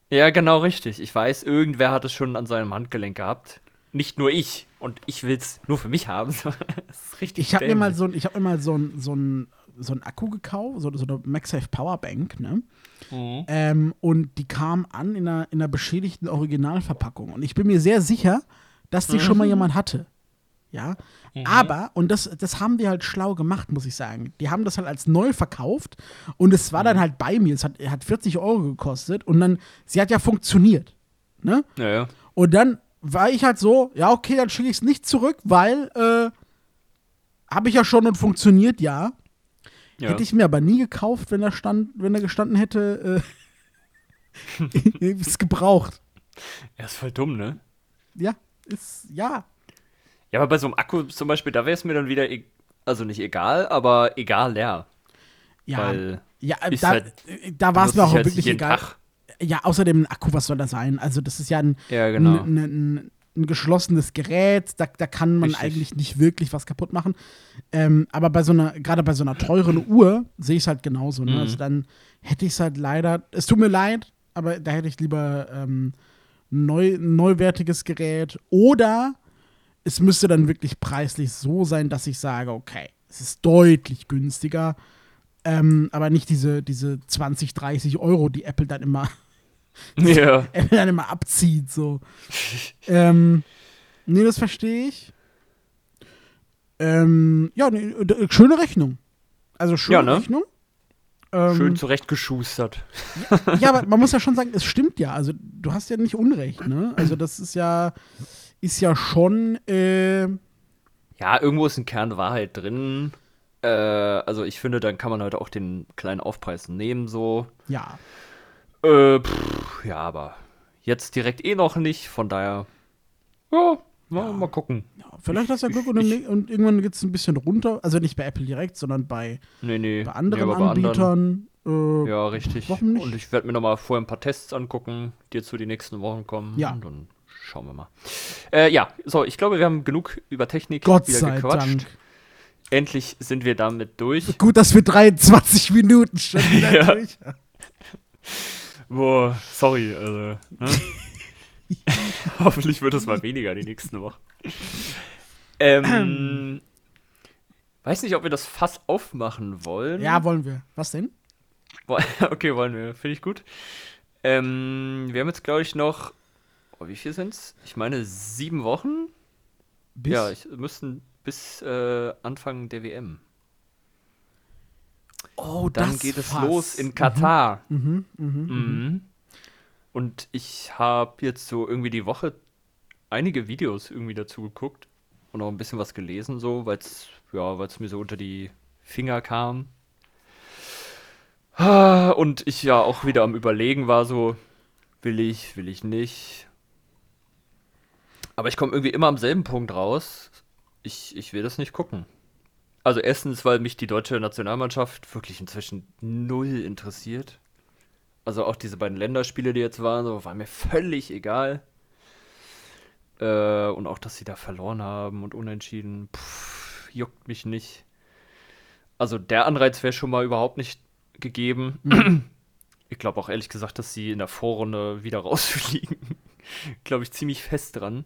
Speaker 2: Ja, genau richtig. Ich weiß, irgendwer hat es schon an seinem Handgelenk gehabt. Nicht nur ich. Und ich will es nur für mich haben. das ist richtig
Speaker 3: Ich habe mir
Speaker 2: dämlich.
Speaker 3: mal so, ein- ich hab mir mal so ein, so ein, so ein Akku gekauft, so, so eine MagSafe Powerbank, ne?
Speaker 2: Mhm.
Speaker 3: Ähm, und die kam an in einer, in einer beschädigten Originalverpackung. Und ich bin mir sehr sicher, dass die schon mal jemand hatte. Ja. Aber, und das, das haben die halt schlau gemacht, muss ich sagen. Die haben das halt als neu verkauft und es war dann halt bei mir. Es hat, hat 40 Euro gekostet und dann, sie hat ja funktioniert. Ne?
Speaker 2: Ja, ja.
Speaker 3: Und dann war ich halt so, ja, okay, dann schicke ich es nicht zurück, weil äh, habe ich ja schon und funktioniert, ja.
Speaker 2: ja.
Speaker 3: Hätte ich mir aber nie gekauft, wenn er, stand, wenn er gestanden hätte, äh, ist gebraucht.
Speaker 2: ja, ist voll dumm, ne?
Speaker 3: Ja, ist, ja.
Speaker 2: Ja, aber bei so einem Akku zum Beispiel, da wäre es mir dann wieder, e also nicht egal, aber egal leer.
Speaker 3: Ja,
Speaker 2: Weil
Speaker 3: ja äh,
Speaker 2: ist
Speaker 3: da,
Speaker 2: halt-
Speaker 3: äh, da war es mir
Speaker 2: Benutze
Speaker 3: auch
Speaker 2: ich halt
Speaker 3: wirklich
Speaker 2: jeden
Speaker 3: egal.
Speaker 2: Tag.
Speaker 3: Ja, außerdem ein Akku, was soll das sein? Also, das ist ja ein,
Speaker 2: Ja, genau.
Speaker 3: ein, ein, ein, ein geschlossenes Gerät, da, da kann man
Speaker 2: Richtig.
Speaker 3: eigentlich nicht wirklich was kaputt machen. Ähm, aber bei so einer, gerade bei so einer teuren Uhr sehe ich es halt genauso. Ne?
Speaker 2: Mhm.
Speaker 3: Also dann hätte ich es halt leider, es tut mir leid, aber da hätte ich lieber ähm, neu, ein neuwertiges Gerät oder es müsste dann wirklich preislich so sein, dass ich sage, okay, es ist deutlich günstiger, ähm, aber nicht diese, diese 20, 30 Euro, die Apple dann immer
Speaker 2: Ja.
Speaker 3: er dann immer abzieht, so. ähm, nee, das verstehe ich. Ähm, ja, nee, d- schöne Rechnung. Also schöne
Speaker 2: Ja, ne?
Speaker 3: Rechnung. Ähm,
Speaker 2: Schön zurechtgeschustert.
Speaker 3: ja, aber man muss ja schon sagen, es stimmt ja. Also du hast ja nicht Unrecht, ne? Also das ist ja, ist ja schon, äh,
Speaker 2: Ja, irgendwo ist ein Kern Wahrheit drin. Äh, also ich finde, dann kann man halt auch den kleinen Aufpreis nehmen, so.
Speaker 3: ja.
Speaker 2: Äh, pff, ja, aber jetzt direkt eh noch nicht, von daher. Ja, mal, mal gucken.
Speaker 3: Vielleicht hast du ja Glück und, dann- und irgendwann geht es ein bisschen runter. Also nicht bei Apple direkt, sondern bei,
Speaker 2: Nee, nee.
Speaker 3: bei anderen
Speaker 2: nee, aber bei anderen.
Speaker 3: Anbietern. Äh,
Speaker 2: Ja, richtig.
Speaker 3: Warum nicht?
Speaker 2: Und ich werde mir nochmal vorher ein paar Tests angucken, die jetzt so die nächsten Wochen kommen.
Speaker 3: Ja.
Speaker 2: Und dann schauen wir mal. Äh, ja, so, ich glaube, wir haben genug über Technik
Speaker 3: Gott
Speaker 2: wieder
Speaker 3: sei
Speaker 2: gequatscht.
Speaker 3: Dank.
Speaker 2: Endlich sind wir damit durch.
Speaker 3: Gut, dass wir 23 Minuten schon wieder
Speaker 2: Ja.
Speaker 3: durch haben.
Speaker 2: Boah, sorry, also. Ne? Hoffentlich wird es mal weniger die nächsten Wochen. Ähm. Weiß nicht, ob wir das Fass aufmachen wollen.
Speaker 3: Ja, wollen wir. Was denn?
Speaker 2: Wo- Okay, wollen wir. Finde ich gut. Ähm, wir haben jetzt, glaube ich, noch. Oh, wie viel sind's? Ich meine, sieben Wochen?
Speaker 3: Bis?
Speaker 2: Ja, ich müssten bis äh, Anfang der WM.
Speaker 3: oh,
Speaker 2: Dann
Speaker 3: das
Speaker 2: geht es
Speaker 3: Fass.
Speaker 2: los in Katar.
Speaker 3: Mhm, mhm.
Speaker 2: Mhm. Und ich habe jetzt so irgendwie die Woche einige Videos irgendwie dazu geguckt und auch ein bisschen was gelesen, so, weil es ja, weil's mir so unter die Finger kam. Ah, Und ich ja auch wieder am Überlegen war, so, will ich, will ich nicht. Aber ich komme irgendwie immer am selben Punkt raus. Ich, ich will das nicht gucken. Also erstens, weil mich die deutsche Nationalmannschaft wirklich inzwischen null interessiert. Also auch diese beiden Länderspiele, die jetzt waren, so, war mir völlig egal. Äh, und auch, dass sie da verloren haben und unentschieden, pff, juckt mich nicht. Also der Anreiz wäre schon mal überhaupt nicht gegeben. Ich glaube auch ehrlich gesagt, dass sie in der Vorrunde wieder rausfliegen. glaube ich, ziemlich fest dran.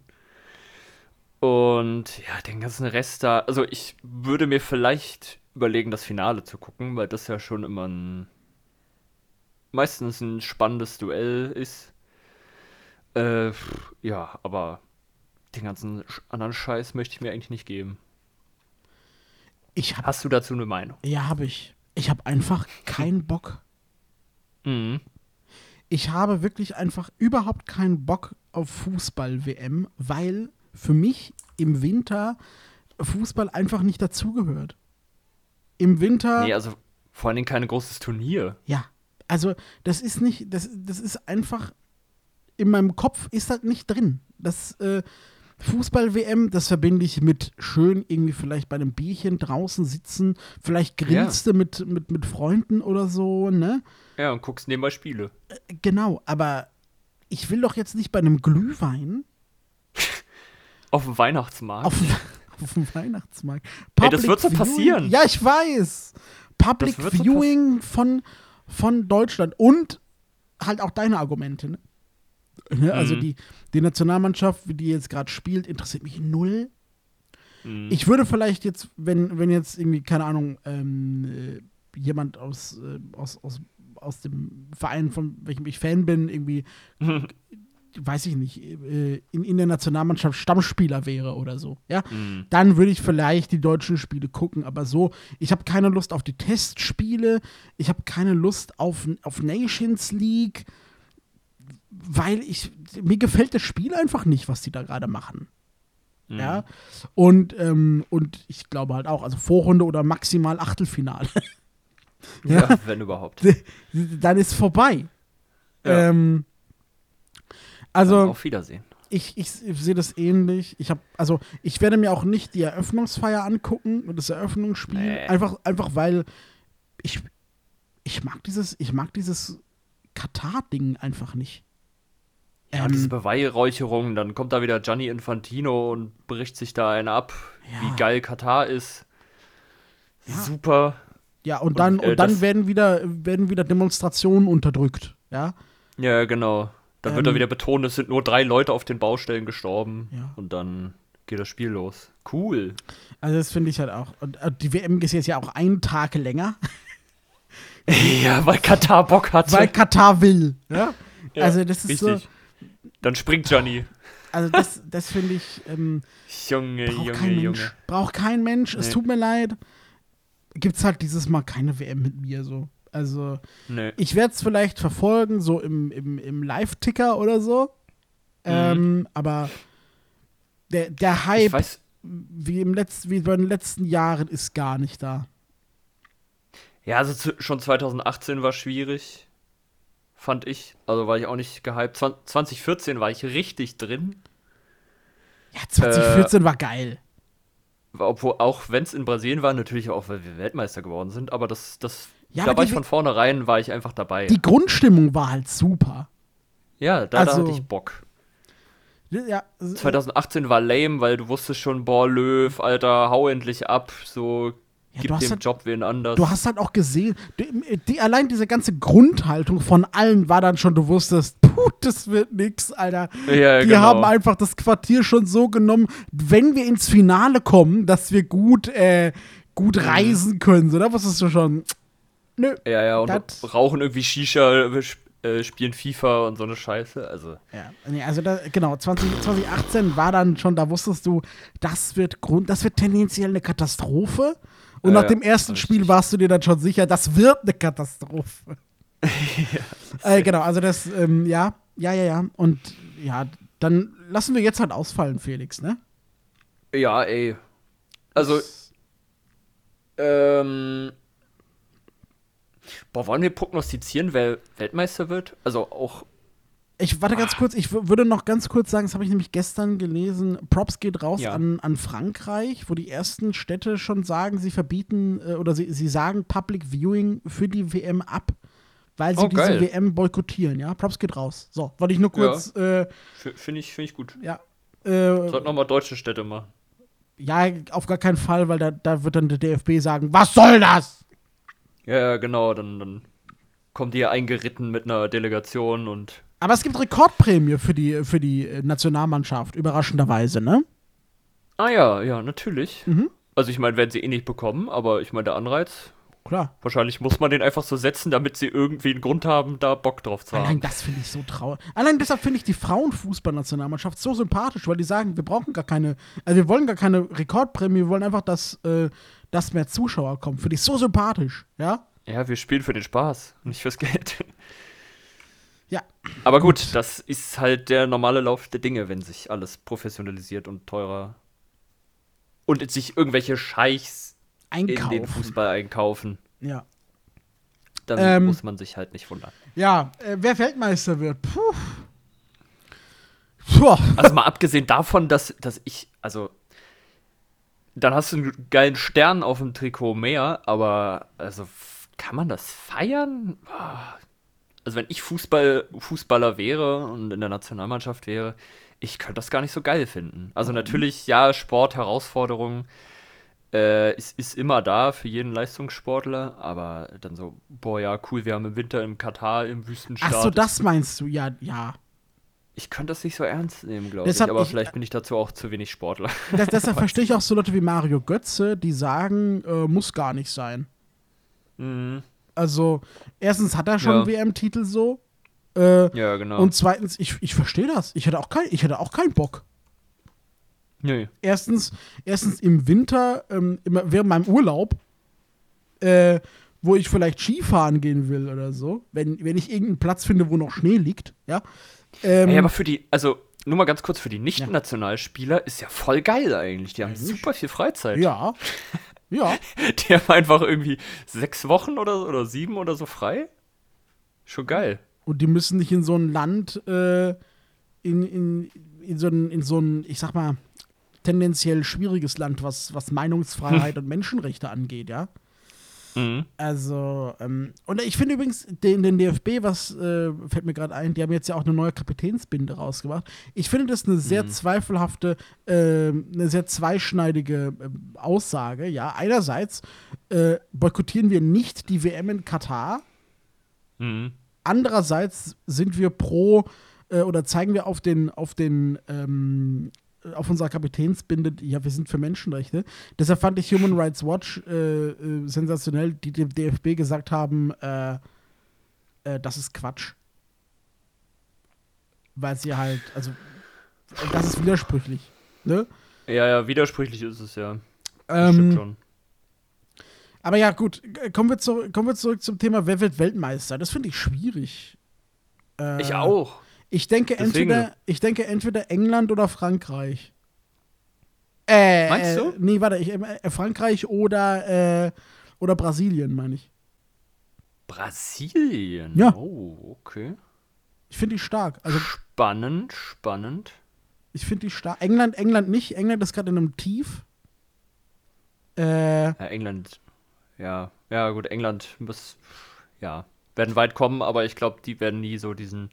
Speaker 2: Und ja, den ganzen Rest da, also ich würde mir vielleicht überlegen, das Finale zu gucken, weil das ja schon immer ein meistens ein spannendes Duell ist. Äh, pff, ja, aber den ganzen sch- anderen Scheiß möchte ich mir eigentlich nicht geben.
Speaker 3: Ich hab,
Speaker 2: Hast du dazu eine Meinung?
Speaker 3: ja, hab ich. Ich hab einfach keinen Bock.
Speaker 2: Mhm.
Speaker 3: Ich habe wirklich einfach überhaupt keinen Bock auf Fußball-WM, weil für mich im Winter Fußball einfach nicht dazugehört. Im Winter.
Speaker 2: Nee, also vor allen Dingen kein großes Turnier.
Speaker 3: Ja, also das ist nicht, das, das ist einfach, in meinem Kopf ist das nicht drin. Das äh, Fußball-WM, das verbinde ich mit schön irgendwie vielleicht bei einem Bierchen draußen sitzen, vielleicht grillst du mit, mit, mit Freunden oder so, ne?
Speaker 2: Ja, und guckst nebenbei Spiele.
Speaker 3: Genau, aber ich will doch jetzt nicht bei einem Glühwein
Speaker 2: Auf dem Weihnachtsmarkt.
Speaker 3: auf, auf dem Weihnachtsmarkt.
Speaker 2: Ey, das wird so
Speaker 3: Viewing-
Speaker 2: passieren.
Speaker 3: Ja, ich weiß. Public
Speaker 2: Das wird so
Speaker 3: Viewing von, von Deutschland und halt auch deine Argumente. Ne? Ne? Also
Speaker 2: Mhm.
Speaker 3: die, die Nationalmannschaft, wie die jetzt gerade spielt, interessiert mich null.
Speaker 2: Mhm.
Speaker 3: Ich würde vielleicht jetzt, wenn, wenn jetzt irgendwie, keine Ahnung, ähm, äh, jemand aus, äh, aus, aus, aus dem Verein, von welchem ich Fan bin, irgendwie, weiß ich nicht, äh, in, in der Nationalmannschaft Stammspieler wäre oder so, ja,
Speaker 2: Mhm.
Speaker 3: dann würde ich vielleicht die deutschen Spiele gucken. Aber so, ich habe keine Lust auf die Testspiele, ich habe keine Lust auf, auf Nations League, weil ich, mir gefällt das Spiel einfach nicht, was die da gerade machen.
Speaker 2: Mhm.
Speaker 3: Ja. Und, ähm, und ich glaube halt auch, also Vorrunde oder maximal Achtelfinale.
Speaker 2: Ja, wenn überhaupt.
Speaker 3: dann ist vorbei.
Speaker 2: Ja.
Speaker 3: Ähm, also
Speaker 2: Auf Wiedersehen.
Speaker 3: ich, ich sehe das ähnlich. Ich habe also ich werde mir auch nicht die Eröffnungsfeier angucken und das Eröffnungsspiel
Speaker 2: Nee.
Speaker 3: einfach einfach weil ich ich mag dieses ich mag dieses Katar Ding einfach nicht. Ähm,
Speaker 2: Ja, und diese Beweihräucherung, dann kommt da wieder Gianni Infantino und bricht sich da einen ab,
Speaker 3: Ja.
Speaker 2: wie geil Katar ist.
Speaker 3: Ja.
Speaker 2: Super.
Speaker 3: ja und dann und,
Speaker 2: äh,
Speaker 3: dann
Speaker 2: das-
Speaker 3: werden wieder werden wieder Demonstrationen unterdrückt, ja?
Speaker 2: Ja, genau. Dann wird
Speaker 3: Ähm.
Speaker 2: er wieder betont, es sind nur drei Leute auf den Baustellen gestorben.
Speaker 3: Ja.
Speaker 2: Und dann geht das Spiel los. Cool.
Speaker 3: Also das finde ich halt auch. Und äh, die WM ist jetzt ja auch einen Tag länger,
Speaker 2: Ja, weil Katar Bock hatte.
Speaker 3: weil Katar will. Ja?
Speaker 2: Ja,
Speaker 3: also das ist
Speaker 2: Richtig.
Speaker 3: so,
Speaker 2: Dann springt Gianni.
Speaker 3: also das, das finde ich, ähm,
Speaker 2: Junge,
Speaker 3: braucht
Speaker 2: Junge,
Speaker 3: kein Mensch.
Speaker 2: Junge.
Speaker 3: Braucht kein Mensch, es
Speaker 2: Nee.
Speaker 3: tut mir leid. Gibt's halt dieses Mal keine WM mit mir so. Also
Speaker 2: Nee.
Speaker 3: ich werde es vielleicht verfolgen, so im, im, im Live-Ticker oder so. Ähm, aber der, der
Speaker 2: Mhm. Ich
Speaker 3: Hype,
Speaker 2: weiß,
Speaker 3: wie, im letzten, wie bei den letzten Jahren, ist gar nicht da.
Speaker 2: Ja, also zu, schon 2018 war schwierig, fand ich. Also war ich auch nicht gehypt. Zwan- 2014 war ich richtig drin, Äh,
Speaker 3: Ja, 2014 war geil.
Speaker 2: obwohl auch wenn es in Brasilien war, natürlich auch, weil wir Weltmeister geworden sind, aber das, das
Speaker 3: Ja,
Speaker 2: da
Speaker 3: aber
Speaker 2: war
Speaker 3: die-
Speaker 2: ich von vornherein, war ich einfach dabei.
Speaker 3: Die Grundstimmung war halt super.
Speaker 2: ja, da, da
Speaker 3: also-
Speaker 2: hatte ich Bock.
Speaker 3: Ja, äh,
Speaker 2: 2018 war lame, weil du wusstest schon, boah, Löw, Alter, hau endlich ab, so
Speaker 3: Ja, du
Speaker 2: gib
Speaker 3: hast
Speaker 2: dem
Speaker 3: halt-
Speaker 2: Job wen anders.
Speaker 3: du hast halt auch gesehen, die, die, allein diese ganze Grundhaltung von allen war dann schon, du wusstest, puh, das wird nix, Alter.
Speaker 2: Ja,
Speaker 3: die
Speaker 2: genau.
Speaker 3: haben einfach das Quartier schon so genommen, wenn wir ins Finale kommen, dass wir gut, äh, gut
Speaker 2: Mhm.
Speaker 3: reisen können. So, da wusstest du schon, nö.
Speaker 2: ja, ja, und
Speaker 3: Das-
Speaker 2: rauchen irgendwie Shisha, äh, spielen FIFA und so eine Scheiße, also.
Speaker 3: Ja, nee, also da, genau, 20, 2018 war dann schon, da wusstest du, das wird Grund, das wird tendenziell eine Katastrophe. Und
Speaker 2: Ja,
Speaker 3: nach dem
Speaker 2: ja,
Speaker 3: ersten
Speaker 2: richtig.
Speaker 3: Spiel warst du dir dann schon sicher, das wird eine Katastrophe. äh, genau, also das, ähm, ja, ja, ja, ja. Und ja, dann lassen wir jetzt halt ausfallen, Felix, ne?
Speaker 2: Ja, ey. Also, ähm. Boah, wollen wir prognostizieren, wer Weltmeister wird? Also auch.
Speaker 3: Ich warte
Speaker 2: Ah.
Speaker 3: ganz kurz, ich w- würde noch ganz kurz sagen, das habe ich nämlich gestern gelesen. Props geht raus
Speaker 2: Ja.
Speaker 3: an, an Frankreich, wo die ersten Städte schon sagen, sie verbieten äh, oder sie, sie sagen Public Viewing für die WM ab, weil sie
Speaker 2: Oh,
Speaker 3: diese
Speaker 2: geil.
Speaker 3: WM boykottieren, ja. Props geht raus. So, wollte ich nur kurz, ja, äh,
Speaker 2: f- Finde ich, find ich gut.
Speaker 3: ja,
Speaker 2: Sollten
Speaker 3: äh,
Speaker 2: nochmal deutsche Städte machen.
Speaker 3: ja, auf gar keinen Fall, weil da, da wird dann der DFB sagen, was soll das?
Speaker 2: Ja, ja, genau. Dann, dann kommen die ja eingeritten mit einer Delegation und
Speaker 3: Aber es gibt Rekordprämie für die, für die äh, Nationalmannschaft, überraschenderweise, ne?
Speaker 2: Ah ja, ja, natürlich. Also ich meine, werden sie eh nicht bekommen, aber ich meine, der Anreiz,
Speaker 3: Klar.
Speaker 2: wahrscheinlich muss man den einfach so setzen, damit sie irgendwie einen Grund haben, da Bock drauf zu
Speaker 3: Allein
Speaker 2: haben.
Speaker 3: das finde ich so traurig. Allein deshalb finde ich die Frauenfußballnationalmannschaft so sympathisch, weil die sagen, wir brauchen gar keine, also wir wollen gar keine Rekordprämie, wir wollen einfach, dass, äh, dass mehr Zuschauer kommen. Finde ich so sympathisch, ja?
Speaker 2: Ja, wir spielen für den Spaß, nicht fürs Geld.
Speaker 3: Ja.
Speaker 2: Aber gut, das ist halt der normale Lauf der Dinge, wenn sich alles professionalisiert und teurer und sich irgendwelche Scheichs in den
Speaker 3: Einkaufen.
Speaker 2: Fußball einkaufen.
Speaker 3: Ja.
Speaker 2: Dann
Speaker 3: Ähm.
Speaker 2: muss man sich halt nicht wundern.
Speaker 3: Ja, äh, wer Weltmeister wird? Puh. Puh.
Speaker 2: Also mal abgesehen davon, dass, dass ich, also, dann hast du einen geilen Stern auf dem Trikot mehr, aber, also, f- kann man das feiern? Ah. Also, wenn ich Fußball, Fußballer wäre und in der Nationalmannschaft wäre, ich könnte das gar nicht so geil finden.
Speaker 3: Mhm.
Speaker 2: Also, natürlich, ja, Sport, Herausforderungen, äh, ist, ist immer da für jeden Leistungssportler, aber dann so, boah, ja, cool, wir haben im Winter im Katar, im Wüstenstaat.
Speaker 3: Ach so, das meinst du? Ja, ja.
Speaker 2: Ich könnte das nicht so ernst nehmen, glaube ich,
Speaker 3: Deshalb
Speaker 2: aber
Speaker 3: ich-
Speaker 2: vielleicht bin ich dazu auch zu wenig Sportler.
Speaker 3: Das, deshalb verstehe ich auch so Leute wie Mario Götze, die sagen, äh, muss gar nicht sein.
Speaker 2: Mhm.
Speaker 3: Also, erstens hat er schon
Speaker 2: Ja.
Speaker 3: WM-Titel so. Äh,
Speaker 2: Ja, genau.
Speaker 3: Und zweitens, ich, ich verstehe das. Ich hätte auch, kein, ich hätte auch keinen Bock.
Speaker 2: Nö.
Speaker 3: Erstens, erstens im Winter, ähm, immer während meinem Urlaub, äh, wo ich vielleicht Skifahren gehen will oder so, wenn, wenn ich irgendeinen Platz finde, wo noch Schnee liegt, ja. Ähm,
Speaker 2: Ey, aber für die, also nur mal ganz kurz, für die Nicht-Nationalspieler ist ja voll geil eigentlich. Die haben super viel Freizeit.
Speaker 3: ja. Ja.
Speaker 2: Die haben einfach irgendwie sechs Wochen oder, so- oder sieben oder so frei. Schon geil.
Speaker 3: Und die müssen nicht in so ein Land, äh, in, in, in, so ein, in so ein, ich sag mal, tendenziell schwieriges Land, was, was Meinungsfreiheit und Menschenrechte angeht, ja.
Speaker 2: Mhm.
Speaker 3: Also, ähm, und ich finde übrigens den, den DFB, was äh, fällt mir gerade ein, die haben jetzt ja auch eine neue Kapitänsbinde rausgebracht. Ich finde das eine sehr zweifelhafte, äh, eine sehr zweischneidige ähm, Aussage. Ja, einerseits äh, boykottieren wir nicht die WM in Katar,
Speaker 2: Mhm.
Speaker 3: andererseits sind wir pro äh, oder zeigen wir auf den auf den ähm, auf unserer Kapitänsbinde, ja, wir sind für Menschenrechte. Deshalb fand ich Human Rights Watch äh, äh, sensationell, die dem DFB gesagt haben, äh, äh, das ist Quatsch. Weil sie halt, also, das ist widersprüchlich. Ne?
Speaker 2: Ja, ja, widersprüchlich ist es ja. Das stimmt
Speaker 3: Ähm,
Speaker 2: schon.
Speaker 3: aber ja, gut, äh, kommen wir, zu, kommen wir zurück zum Thema, wer wird Weltmeister? Das finde ich schwierig. Äh,
Speaker 2: Ich auch.
Speaker 3: Ich denke,
Speaker 2: Deswegen.
Speaker 3: entweder, ich denke entweder England oder Frankreich. Äh,
Speaker 2: Meinst du?
Speaker 3: Äh, nee, warte, ich, äh, Frankreich oder, äh, oder Brasilien, meine ich.
Speaker 2: Brasilien.
Speaker 3: Ja.
Speaker 2: Oh, okay.
Speaker 3: Ich finde die stark. Also,
Speaker 2: Spannend, spannend.
Speaker 3: ich finde die stark. England, England nicht. England ist gerade in einem Tief. Äh,
Speaker 2: Ja, Äh, England. Ja, ja, gut, England muss, ja, werden weit kommen, aber ich glaube, die werden nie so diesen,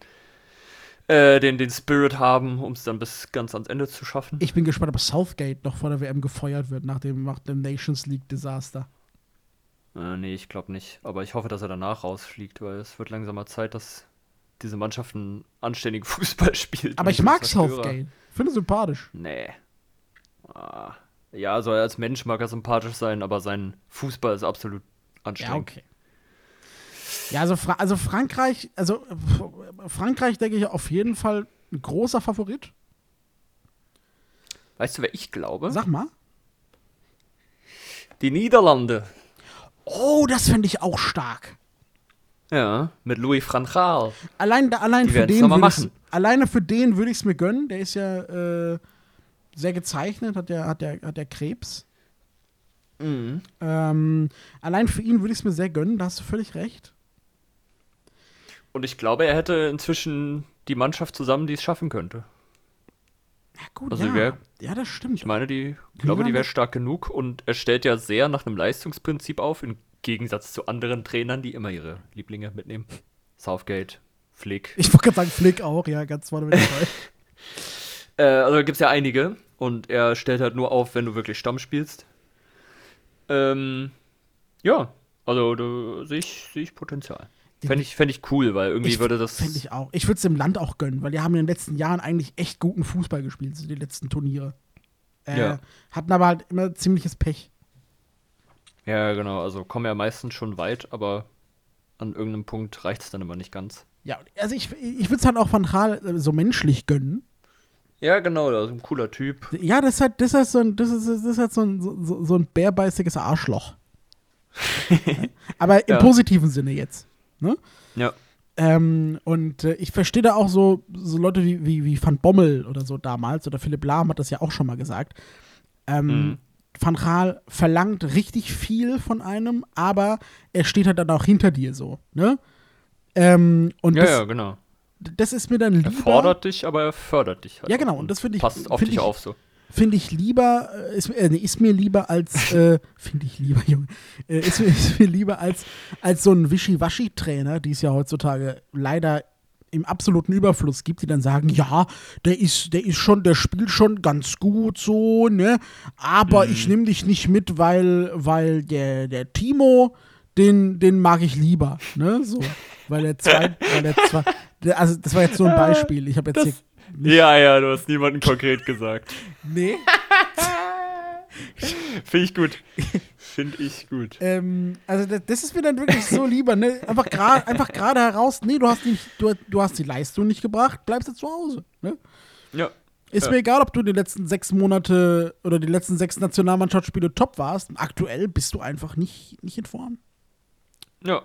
Speaker 2: äh, den, den Spirit haben, um es dann bis ganz ans Ende zu schaffen.
Speaker 3: ich bin gespannt, ob Southgate noch vor der WM gefeuert wird nach dem, nach dem Nations League-Desaster.
Speaker 2: Äh, nee, ich glaube nicht. Aber ich hoffe, dass er danach rausfliegt, weil es wird langsam mal Zeit, dass diese Mannschaft einen anständigen Fußball spielt.
Speaker 3: Aber
Speaker 2: und
Speaker 3: ich
Speaker 2: nicht
Speaker 3: mag
Speaker 2: Zerstörer.
Speaker 3: Southgate. Finde sympathisch.
Speaker 2: Nee. Ah. Ja, soll er als Mensch mag er sympathisch sein, aber sein Fußball ist absolut anstrengend.
Speaker 3: Ja, okay. Ja, also, Fra also Frankreich, also äh, Frankreich denke ich auf jeden Fall ein großer Favorit.
Speaker 2: Weißt du, wer ich glaube?
Speaker 3: Sag mal.
Speaker 2: Die Niederlande.
Speaker 3: Oh, das fände ich auch stark.
Speaker 2: Ja, mit Louis Franchal.
Speaker 3: Allein, da- allein
Speaker 2: Die
Speaker 3: für
Speaker 2: werden's
Speaker 3: den
Speaker 2: noch mal
Speaker 3: würd ich's-
Speaker 2: machen.
Speaker 3: alleine für den würde ich es mir gönnen. Der ist ja äh, sehr gezeichnet, hat ja, hat ja, hat ja Krebs. Ähm, allein für ihn würde ich es mir sehr gönnen, da hast du völlig recht.
Speaker 2: Und ich glaube, er hätte inzwischen die Mannschaft zusammen, die es schaffen könnte.
Speaker 3: Ja, gut,
Speaker 2: Also
Speaker 3: ja.
Speaker 2: wer-
Speaker 3: ja, das stimmt.
Speaker 2: Ich meine, die glaube, die
Speaker 3: Niederlande-
Speaker 2: wäre stark genug und er stellt ja sehr nach einem Leistungsprinzip auf, im Gegensatz zu anderen Trainern, die immer ihre Lieblinge mitnehmen. Southgate, Flick.
Speaker 3: ich wollte gerade sagen, Flick auch, ja, ganz vorne mit dabei.
Speaker 2: Äh, also da gibt es ja einige und er stellt halt nur auf, wenn du wirklich Stamm spielst. Ähm, ja, also da sehe ich, sehe ich Potenzial. Fände ich, fänd ich cool, weil irgendwie
Speaker 3: Ich
Speaker 2: würde das.
Speaker 3: Fände ich auch. Ich würde es dem Land auch gönnen, weil die haben in den letzten Jahren eigentlich echt guten Fußball gespielt, so die letzten Turniere. Äh,
Speaker 2: Ja.
Speaker 3: Hatten aber halt immer ziemliches Pech.
Speaker 2: Ja, genau. Also kommen ja meistens schon weit, aber an irgendeinem Punkt reicht es dann immer nicht ganz.
Speaker 3: Ja, also ich, ich würde es halt auch Van Gaal äh, so menschlich gönnen.
Speaker 2: Ja, genau. Also ein cooler Typ.
Speaker 3: Ja, das ist halt, das ist halt so ein, das ist, das ist halt so ein, so, so- so ein bärbeißiges Arschloch. aber im
Speaker 2: Ja.
Speaker 3: positiven Sinne jetzt. Ne?
Speaker 2: Ja.
Speaker 3: Ähm, und äh, ich verstehe da auch so, so Leute wie, wie, wie Van Bommel oder so damals, oder Philipp Lahm hat das ja auch schon mal gesagt. Ähm,
Speaker 2: Mhm.
Speaker 3: Van Gaal verlangt richtig viel von einem, aber er steht halt dann auch hinter dir so, ne? Ähm, und
Speaker 2: Ja,
Speaker 3: das,
Speaker 2: ja, genau.
Speaker 3: das ist mir dann lieber,
Speaker 2: Er fordert dich, aber er fördert dich halt.
Speaker 3: Ja,
Speaker 2: auch
Speaker 3: genau, und das finde ich-
Speaker 2: Passt auf
Speaker 3: finde
Speaker 2: dich
Speaker 3: ich-
Speaker 2: auf so.
Speaker 3: finde ich lieber, äh, ist, äh, nee, ist mir lieber als, äh, finde ich lieber, Junge, äh, ist, mir- ist mir lieber als, als so ein Wischiwaschi-Trainer, die es ja heutzutage leider im absoluten Überfluss gibt, die dann sagen, ja, der ist, der ist schon, der spielt schon ganz gut so, ne? Aber ich nehme dich nicht mit, weil, weil der, der Timo, den, den mag ich lieber, ne? So, weil er zwei, weil er zwei, der- also das war jetzt nur ein Beispiel. Ich habe jetzt hier
Speaker 2: Ja, ja, du hast niemanden konkret gesagt.
Speaker 3: nee.
Speaker 2: Finde ich gut. Finde ich gut.
Speaker 3: Ähm, also das, das ist mir dann wirklich so lieber, ne? Einfach gerade einfach gerade heraus, nee, du hast nicht, du, du hast die Leistung nicht gebracht, bleibst jetzt zu Hause. Ne?
Speaker 2: Ja.
Speaker 3: Ist
Speaker 2: Ja.
Speaker 3: mir egal, ob du die letzten sechs Monate oder die letzten sechs Nationalmannschaftsspiele top warst. Aktuell bist du einfach nicht, nicht in Form.
Speaker 2: Ja.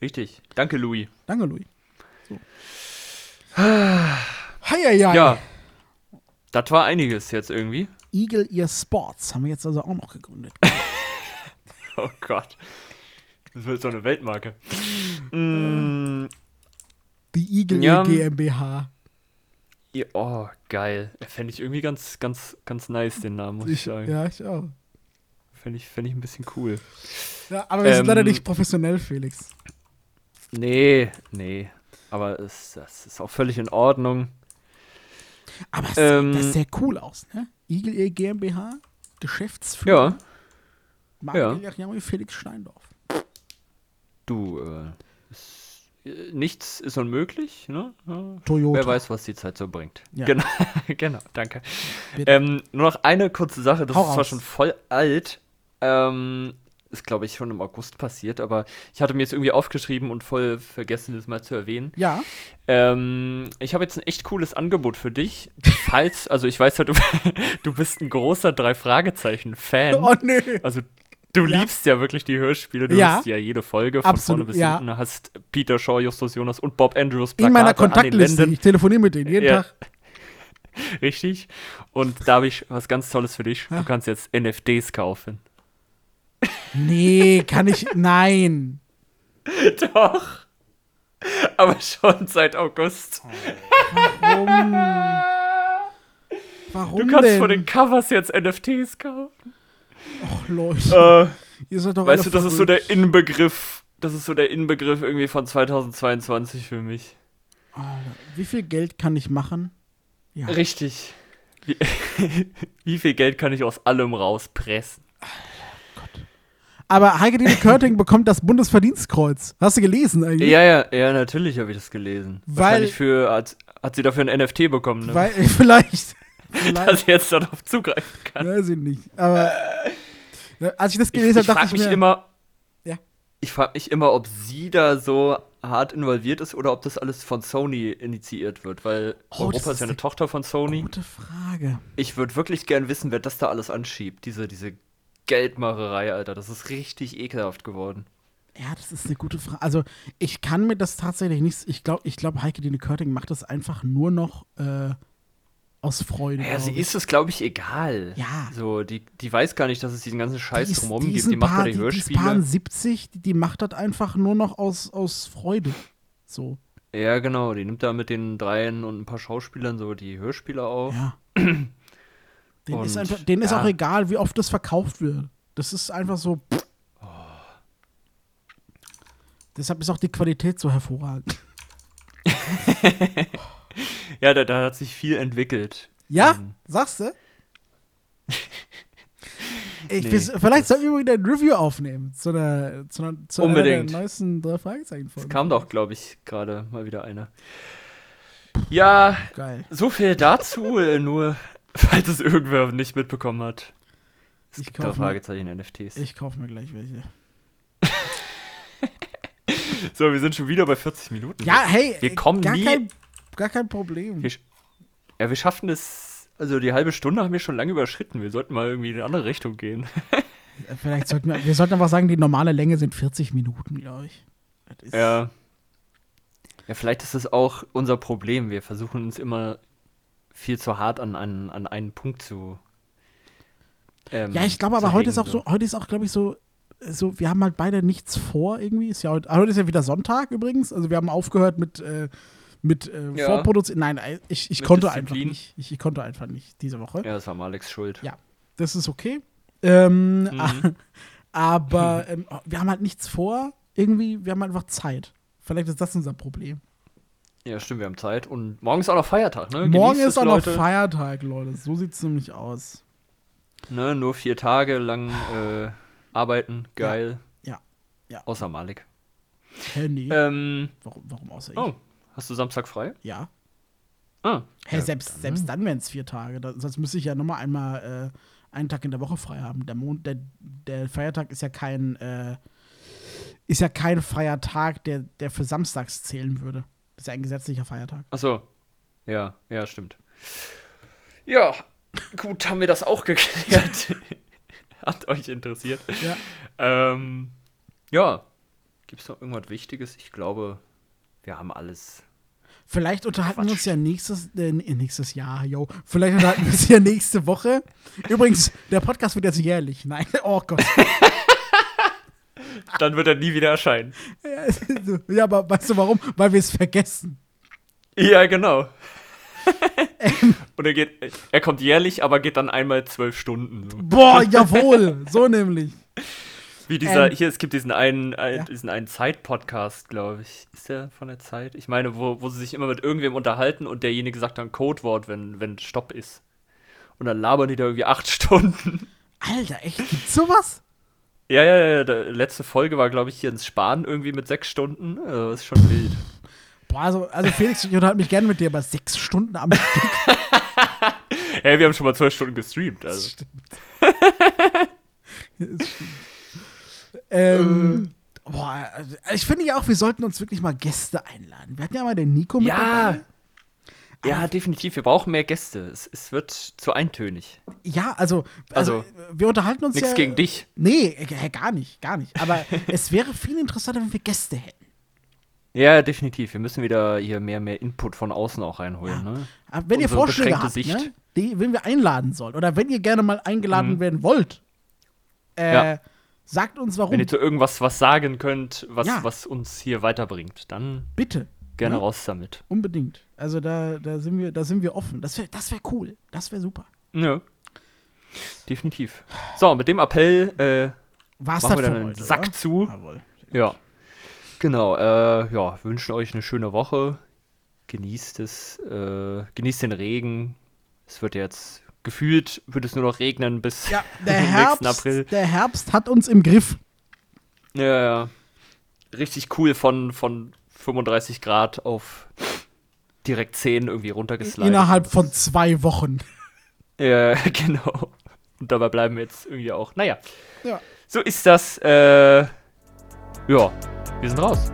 Speaker 2: Richtig. Danke, Louis.
Speaker 3: Danke, Louis. So. Heieiei.
Speaker 2: Ja. Das war einiges jetzt irgendwie.
Speaker 3: Eagle Ear Sports haben wir jetzt also auch noch gegründet.
Speaker 2: Oh Gott. Das wird so eine Weltmarke. mm,
Speaker 3: Die Eagle
Speaker 2: Ja.
Speaker 3: Ear GmbH.
Speaker 2: ja, oh, geil. Fände ich irgendwie ganz, ganz, ganz nice, den Namen, muss ich
Speaker 3: Ich,
Speaker 2: sagen.
Speaker 3: ja, ich auch.
Speaker 2: Fände ich, fänd ich ein bisschen cool.
Speaker 3: Ja, aber wir sind
Speaker 2: Ähm,
Speaker 3: leider nicht professionell, Felix.
Speaker 2: Nee, nee. Aber es, das ist auch völlig in Ordnung.
Speaker 3: Aber es
Speaker 2: Ähm,
Speaker 3: sieht das sehr cool aus, ne? Eagle Ear GmbH, Geschäftsführer,
Speaker 2: Ja, ja.
Speaker 3: Marc ja. Felix Steindorf.
Speaker 2: du. Äh, ist, äh, nichts ist unmöglich, ne? Ja.
Speaker 3: Toyota.
Speaker 2: Wer weiß, was die Zeit so bringt.
Speaker 3: Ja.
Speaker 2: Genau, genau, danke.
Speaker 3: Bitte.
Speaker 2: Ähm, nur noch eine kurze Sache, das
Speaker 3: Hau
Speaker 2: ist zwar
Speaker 3: raus.
Speaker 2: schon voll alt, ähm, ist glaube ich schon im August passiert, aber ich hatte mir jetzt irgendwie aufgeschrieben und voll vergessen, das mal zu erwähnen.
Speaker 3: Ja,
Speaker 2: Ähm, ich habe jetzt ein echt cooles Angebot für dich. Falls, also ich weiß ja, du, du bist ein großer Drei-Fragezeichen-Fan.
Speaker 3: oh nö.
Speaker 2: Also du
Speaker 3: Ja.
Speaker 2: liebst ja wirklich die Hörspiele, du
Speaker 3: Ja.
Speaker 2: hörst ja jede Folge von
Speaker 3: Absolut,
Speaker 2: vorne bis
Speaker 3: ja.
Speaker 2: hinten. Hast Peter Shaw, Justus Jonas und Bob Andrews
Speaker 3: In meiner
Speaker 2: Plakate an den
Speaker 3: Kontaktliste,
Speaker 2: Wänden.
Speaker 3: ich telefoniere mit denen jeden
Speaker 2: Ja.
Speaker 3: Tag.
Speaker 2: Richtig. Und da habe ich was ganz Tolles für dich. Du kannst jetzt NFTs kaufen.
Speaker 3: Nee, kann ich, nein.
Speaker 2: Doch. Aber schon seit August.
Speaker 3: Warum
Speaker 2: Du kannst
Speaker 3: denn?
Speaker 2: von den Covers jetzt NFTs kaufen.
Speaker 3: Ach, Leute,
Speaker 2: Äh,
Speaker 3: ihr seid doch
Speaker 2: weißt du,
Speaker 3: alle
Speaker 2: das ist so
Speaker 3: verrückt.
Speaker 2: der Inbegriff. Das ist so der Inbegriff irgendwie von 2022 für mich.
Speaker 3: Alter, Wie viel Geld kann ich machen? Ja.
Speaker 2: Richtig. Wie, wie viel Geld kann ich aus allem rauspressen?
Speaker 3: Aber Heike Dine Körting bekommt das Bundesverdienstkreuz. Hast du gelesen eigentlich?
Speaker 2: Ja, ja, ja, natürlich habe ich das gelesen.
Speaker 3: Weil-
Speaker 2: Wahrscheinlich für, hat, hat sie dafür ein NFT bekommen, ne?
Speaker 3: Weil, vielleicht. vielleicht.
Speaker 2: dass sie jetzt darauf zugreifen kann.
Speaker 3: Weiß ich nicht. Aber Ja, als ich das
Speaker 2: Ich,
Speaker 3: gelesen
Speaker 2: ich
Speaker 3: habe, dachte
Speaker 2: frage
Speaker 3: ich
Speaker 2: mich
Speaker 3: mir,
Speaker 2: immer,
Speaker 3: Ja.
Speaker 2: ich frage mich immer, ob sie da so hart involviert ist oder ob das alles von Sony initiiert wird, weil
Speaker 3: Oh, das
Speaker 2: Europa ist
Speaker 3: ist
Speaker 2: ja eine
Speaker 3: eine
Speaker 2: Tochter von Sony.
Speaker 3: gute Frage.
Speaker 2: Ich würde wirklich gern wissen, wer das da alles anschiebt. Diese, diese Geldmacherei, Alter, das ist richtig ekelhaft geworden.
Speaker 3: Ja, das ist eine gute Frage. Also ich kann mir das tatsächlich nicht. Ich glaube, ich glaube, Heike Dine Körting macht das einfach nur noch äh, aus Freude.
Speaker 2: Ja, sie
Speaker 3: glaub ich.
Speaker 2: ist es, glaube ich, egal.
Speaker 3: Ja.
Speaker 2: So, die, die weiß gar nicht, dass es diesen ganzen Scheiß
Speaker 3: Die ist-
Speaker 2: drumherum
Speaker 3: die ist
Speaker 2: gibt. Die
Speaker 3: ein
Speaker 2: macht da
Speaker 3: paar,
Speaker 2: die
Speaker 3: die, die ist
Speaker 2: Hörspiele.
Speaker 3: paar 70, die, die macht das einfach nur noch aus, aus Freude. So.
Speaker 2: ja, genau. Die nimmt da mit den dreien und ein paar Schauspielern so die Hörspiele auf.
Speaker 3: Ja. Denen ist,
Speaker 2: Und,
Speaker 3: einfach, denen ist
Speaker 2: ja.
Speaker 3: auch egal, wie oft das verkauft wird. Das ist einfach so. pff.
Speaker 2: Oh.
Speaker 3: Deshalb ist auch die Qualität so hervorragend.
Speaker 2: Ja, da, da hat Mhm. sich viel entwickelt.
Speaker 3: Ja, sagst du? Ich
Speaker 2: Nee,
Speaker 3: weiß, vielleicht sollten wir mal wieder ein Review aufnehmen zu einer, zu einer, zu einer der
Speaker 2: Unbedingt.
Speaker 3: neuesten drei Fragezeichen
Speaker 2: Es
Speaker 3: Folgen.
Speaker 2: kam doch, glaube ich, gerade mal wieder einer. Ja,
Speaker 3: Geil.
Speaker 2: so viel dazu, äh, nur falls es irgendwer nicht mitbekommen hat. Es
Speaker 3: Ich
Speaker 2: gibt da
Speaker 3: kauf mir-
Speaker 2: Fragezeichen NFTs.
Speaker 3: Ich kaufe mir gleich welche.
Speaker 2: So, wir sind schon wieder bei 40 Minuten.
Speaker 3: Ja, hey,
Speaker 2: wir
Speaker 3: äh,
Speaker 2: kommen
Speaker 3: gar
Speaker 2: nie-
Speaker 3: kein gar kein Problem.
Speaker 2: Wir sch- ja, wir schaffen es. Also die halbe Stunde haben wir schon lange überschritten. Wir sollten mal irgendwie in eine andere Richtung gehen.
Speaker 3: Äh, Vielleicht sollten wir wir sollten einfach sagen, die normale Länge sind 40 Minuten, glaube ich. Das ist-
Speaker 2: Ja. Ja, vielleicht ist es auch unser Problem. Wir versuchen uns immer viel zu hart an, an, an einen Punkt zu. ähm,
Speaker 3: Ja, ich glaube,
Speaker 2: zu
Speaker 3: aber heute
Speaker 2: hängen,
Speaker 3: ist auch so, heute ist auch, glaube ich, so, so, wir haben halt beide nichts vor irgendwie. Ist ja heute, ah, heute ist ja wieder Sonntag übrigens. Also wir haben aufgehört mit, äh, mit äh,
Speaker 2: Ja.
Speaker 3: Vorproduzi- Nein, äh, ich, ich
Speaker 2: Mit
Speaker 3: konnte
Speaker 2: Disziplin.
Speaker 3: einfach nicht. Ich, ich konnte einfach nicht diese Woche.
Speaker 2: Ja, das war mal Alex schuld.
Speaker 3: Ja, das ist okay. Ähm,
Speaker 2: Mhm.
Speaker 3: Aber ähm, wir haben halt nichts vor. Irgendwie, wir haben halt einfach Zeit. Vielleicht ist das unser Problem.
Speaker 2: Ja, stimmt, wir haben Zeit. Und morgen ist auch noch Feiertag, ne?
Speaker 3: Morgen
Speaker 2: Genießt es,
Speaker 3: ist auch noch
Speaker 2: Leute.
Speaker 3: Feiertag, Leute. So sieht es nämlich aus.
Speaker 2: Ne, nur vier Tage lang äh, arbeiten. Geil.
Speaker 3: Ja, ja.
Speaker 2: Außer Malik.
Speaker 3: Hä, nee.
Speaker 2: Ähm,
Speaker 3: warum, warum außer ich?
Speaker 2: oh, hast du Samstag frei?
Speaker 3: Ja.
Speaker 2: Ah,
Speaker 3: Hey, selbst, selbst dann wären es vier Tage. Da, sonst müsste ich ja nochmal einmal äh, einen Tag in der Woche frei haben. Der, Mond, der, der Feiertag ist ja kein, äh, ist ja kein freier Tag, der, der für samstags zählen würde. Ist ja ein gesetzlicher Feiertag.
Speaker 2: achso. Ja, ja, stimmt. Ja, gut, haben wir das auch geklärt. Hat euch interessiert.
Speaker 3: Ja.
Speaker 2: Ähm, ja, gibt es noch irgendwas Wichtiges? Ich glaube, wir haben alles.
Speaker 3: Vielleicht unterhalten wir uns
Speaker 2: Quatsch.
Speaker 3: ja nächstes, äh, nächstes Jahr, yo. Vielleicht unterhalten wir uns ja nächste Woche. Übrigens, der Podcast wird jetzt jährlich. Nein, oh Gott.
Speaker 2: Dann wird er nie wieder erscheinen.
Speaker 3: Ja, aber weißt du warum? Weil wir es vergessen.
Speaker 2: Ja, genau. Und er geht, er kommt jährlich, aber geht dann einmal zwölf Stunden. So.
Speaker 3: Boah, jawohl. So nämlich.
Speaker 2: Wie dieser,
Speaker 3: Ähm,
Speaker 2: hier, es gibt diesen einen, ein,
Speaker 3: ja.
Speaker 2: diesen einen Zeit-Podcast, glaube ich. Ist der von der Zeit? Ich meine, wo, wo sie sich immer mit irgendwem unterhalten und derjenige sagt dann Codewort, wenn, wenn Stopp ist. Und dann labern die da irgendwie acht Stunden.
Speaker 3: Alter, echt? Gibt's sowas?
Speaker 2: Ja, ja, ja, die letzte Folge war, glaube ich, hier ins Spahn irgendwie mit sechs Stunden. Also, ist schon wild.
Speaker 3: Boah, also, also Felix, ich unterhalte mich gerne mit dir, aber sechs Stunden am Stück.
Speaker 2: Hey, wir haben schon mal zwölf Stunden gestreamt. Also.
Speaker 3: Das stimmt. ähm, boah, also ich finde ja auch, wir sollten uns wirklich mal Gäste einladen. Wir hatten ja mal den Nico mit
Speaker 2: Ja.
Speaker 3: dabei.
Speaker 2: Ja, definitiv. Wir brauchen mehr Gäste. Es, es wird zu eintönig.
Speaker 3: Ja, also,
Speaker 2: Also,
Speaker 3: also, wir unterhalten uns
Speaker 2: Nichts
Speaker 3: ja.
Speaker 2: gegen dich.
Speaker 3: Nee, äh, gar nicht, gar nicht. Aber es wäre viel interessanter, wenn wir Gäste hätten.
Speaker 2: Ja, definitiv. Wir müssen wieder hier mehr, mehr Input von außen auch reinholen. Ne?
Speaker 3: Aber wenn ihr
Speaker 2: Unsere
Speaker 3: Vorschläge
Speaker 2: beschränkte
Speaker 3: habt,
Speaker 2: Sicht. Mhm.
Speaker 3: ne, die, wen wir einladen sollen, oder wenn ihr gerne mal eingeladen werden wollt, äh,
Speaker 2: Ja.
Speaker 3: sagt uns warum.
Speaker 2: Wenn ihr zu irgendwas was sagen könnt, was,
Speaker 3: Oh. Ja. Mhm.
Speaker 2: was uns hier weiterbringt, dann
Speaker 3: Bitte.
Speaker 2: gerne
Speaker 3: Ja.
Speaker 2: raus damit.
Speaker 3: Unbedingt. Also da, da, sind, wir, da sind wir offen. Das wäre das wär cool. Das wäre super.
Speaker 2: Ja. Definitiv. So, mit dem Appell äh,
Speaker 3: War's
Speaker 2: machen
Speaker 3: das
Speaker 2: wir dann
Speaker 3: für
Speaker 2: den
Speaker 3: heute,
Speaker 2: Sack
Speaker 3: oder?
Speaker 2: zu.
Speaker 3: Jawohl.
Speaker 2: Ja. Genau. Äh, ja, wünschen euch eine schöne Woche. Genießt es. Äh, genießt den Regen. Es wird jetzt gefühlt, wird es nur noch regnen bis
Speaker 3: Ja, der
Speaker 2: nächsten
Speaker 3: Herbst,
Speaker 2: April.
Speaker 3: der Herbst hat uns im Griff.
Speaker 2: Ja, ja. Richtig cool von, von 35 Grad auf direkt 10 irgendwie runtergeslidet.
Speaker 3: Innerhalb
Speaker 2: Das
Speaker 3: von
Speaker 2: ist-
Speaker 3: zwei Wochen.
Speaker 2: Ja, genau. Und dabei bleiben wir jetzt irgendwie auch. Naja,
Speaker 3: Ja.
Speaker 2: so ist das. Äh, ja, wir sind raus.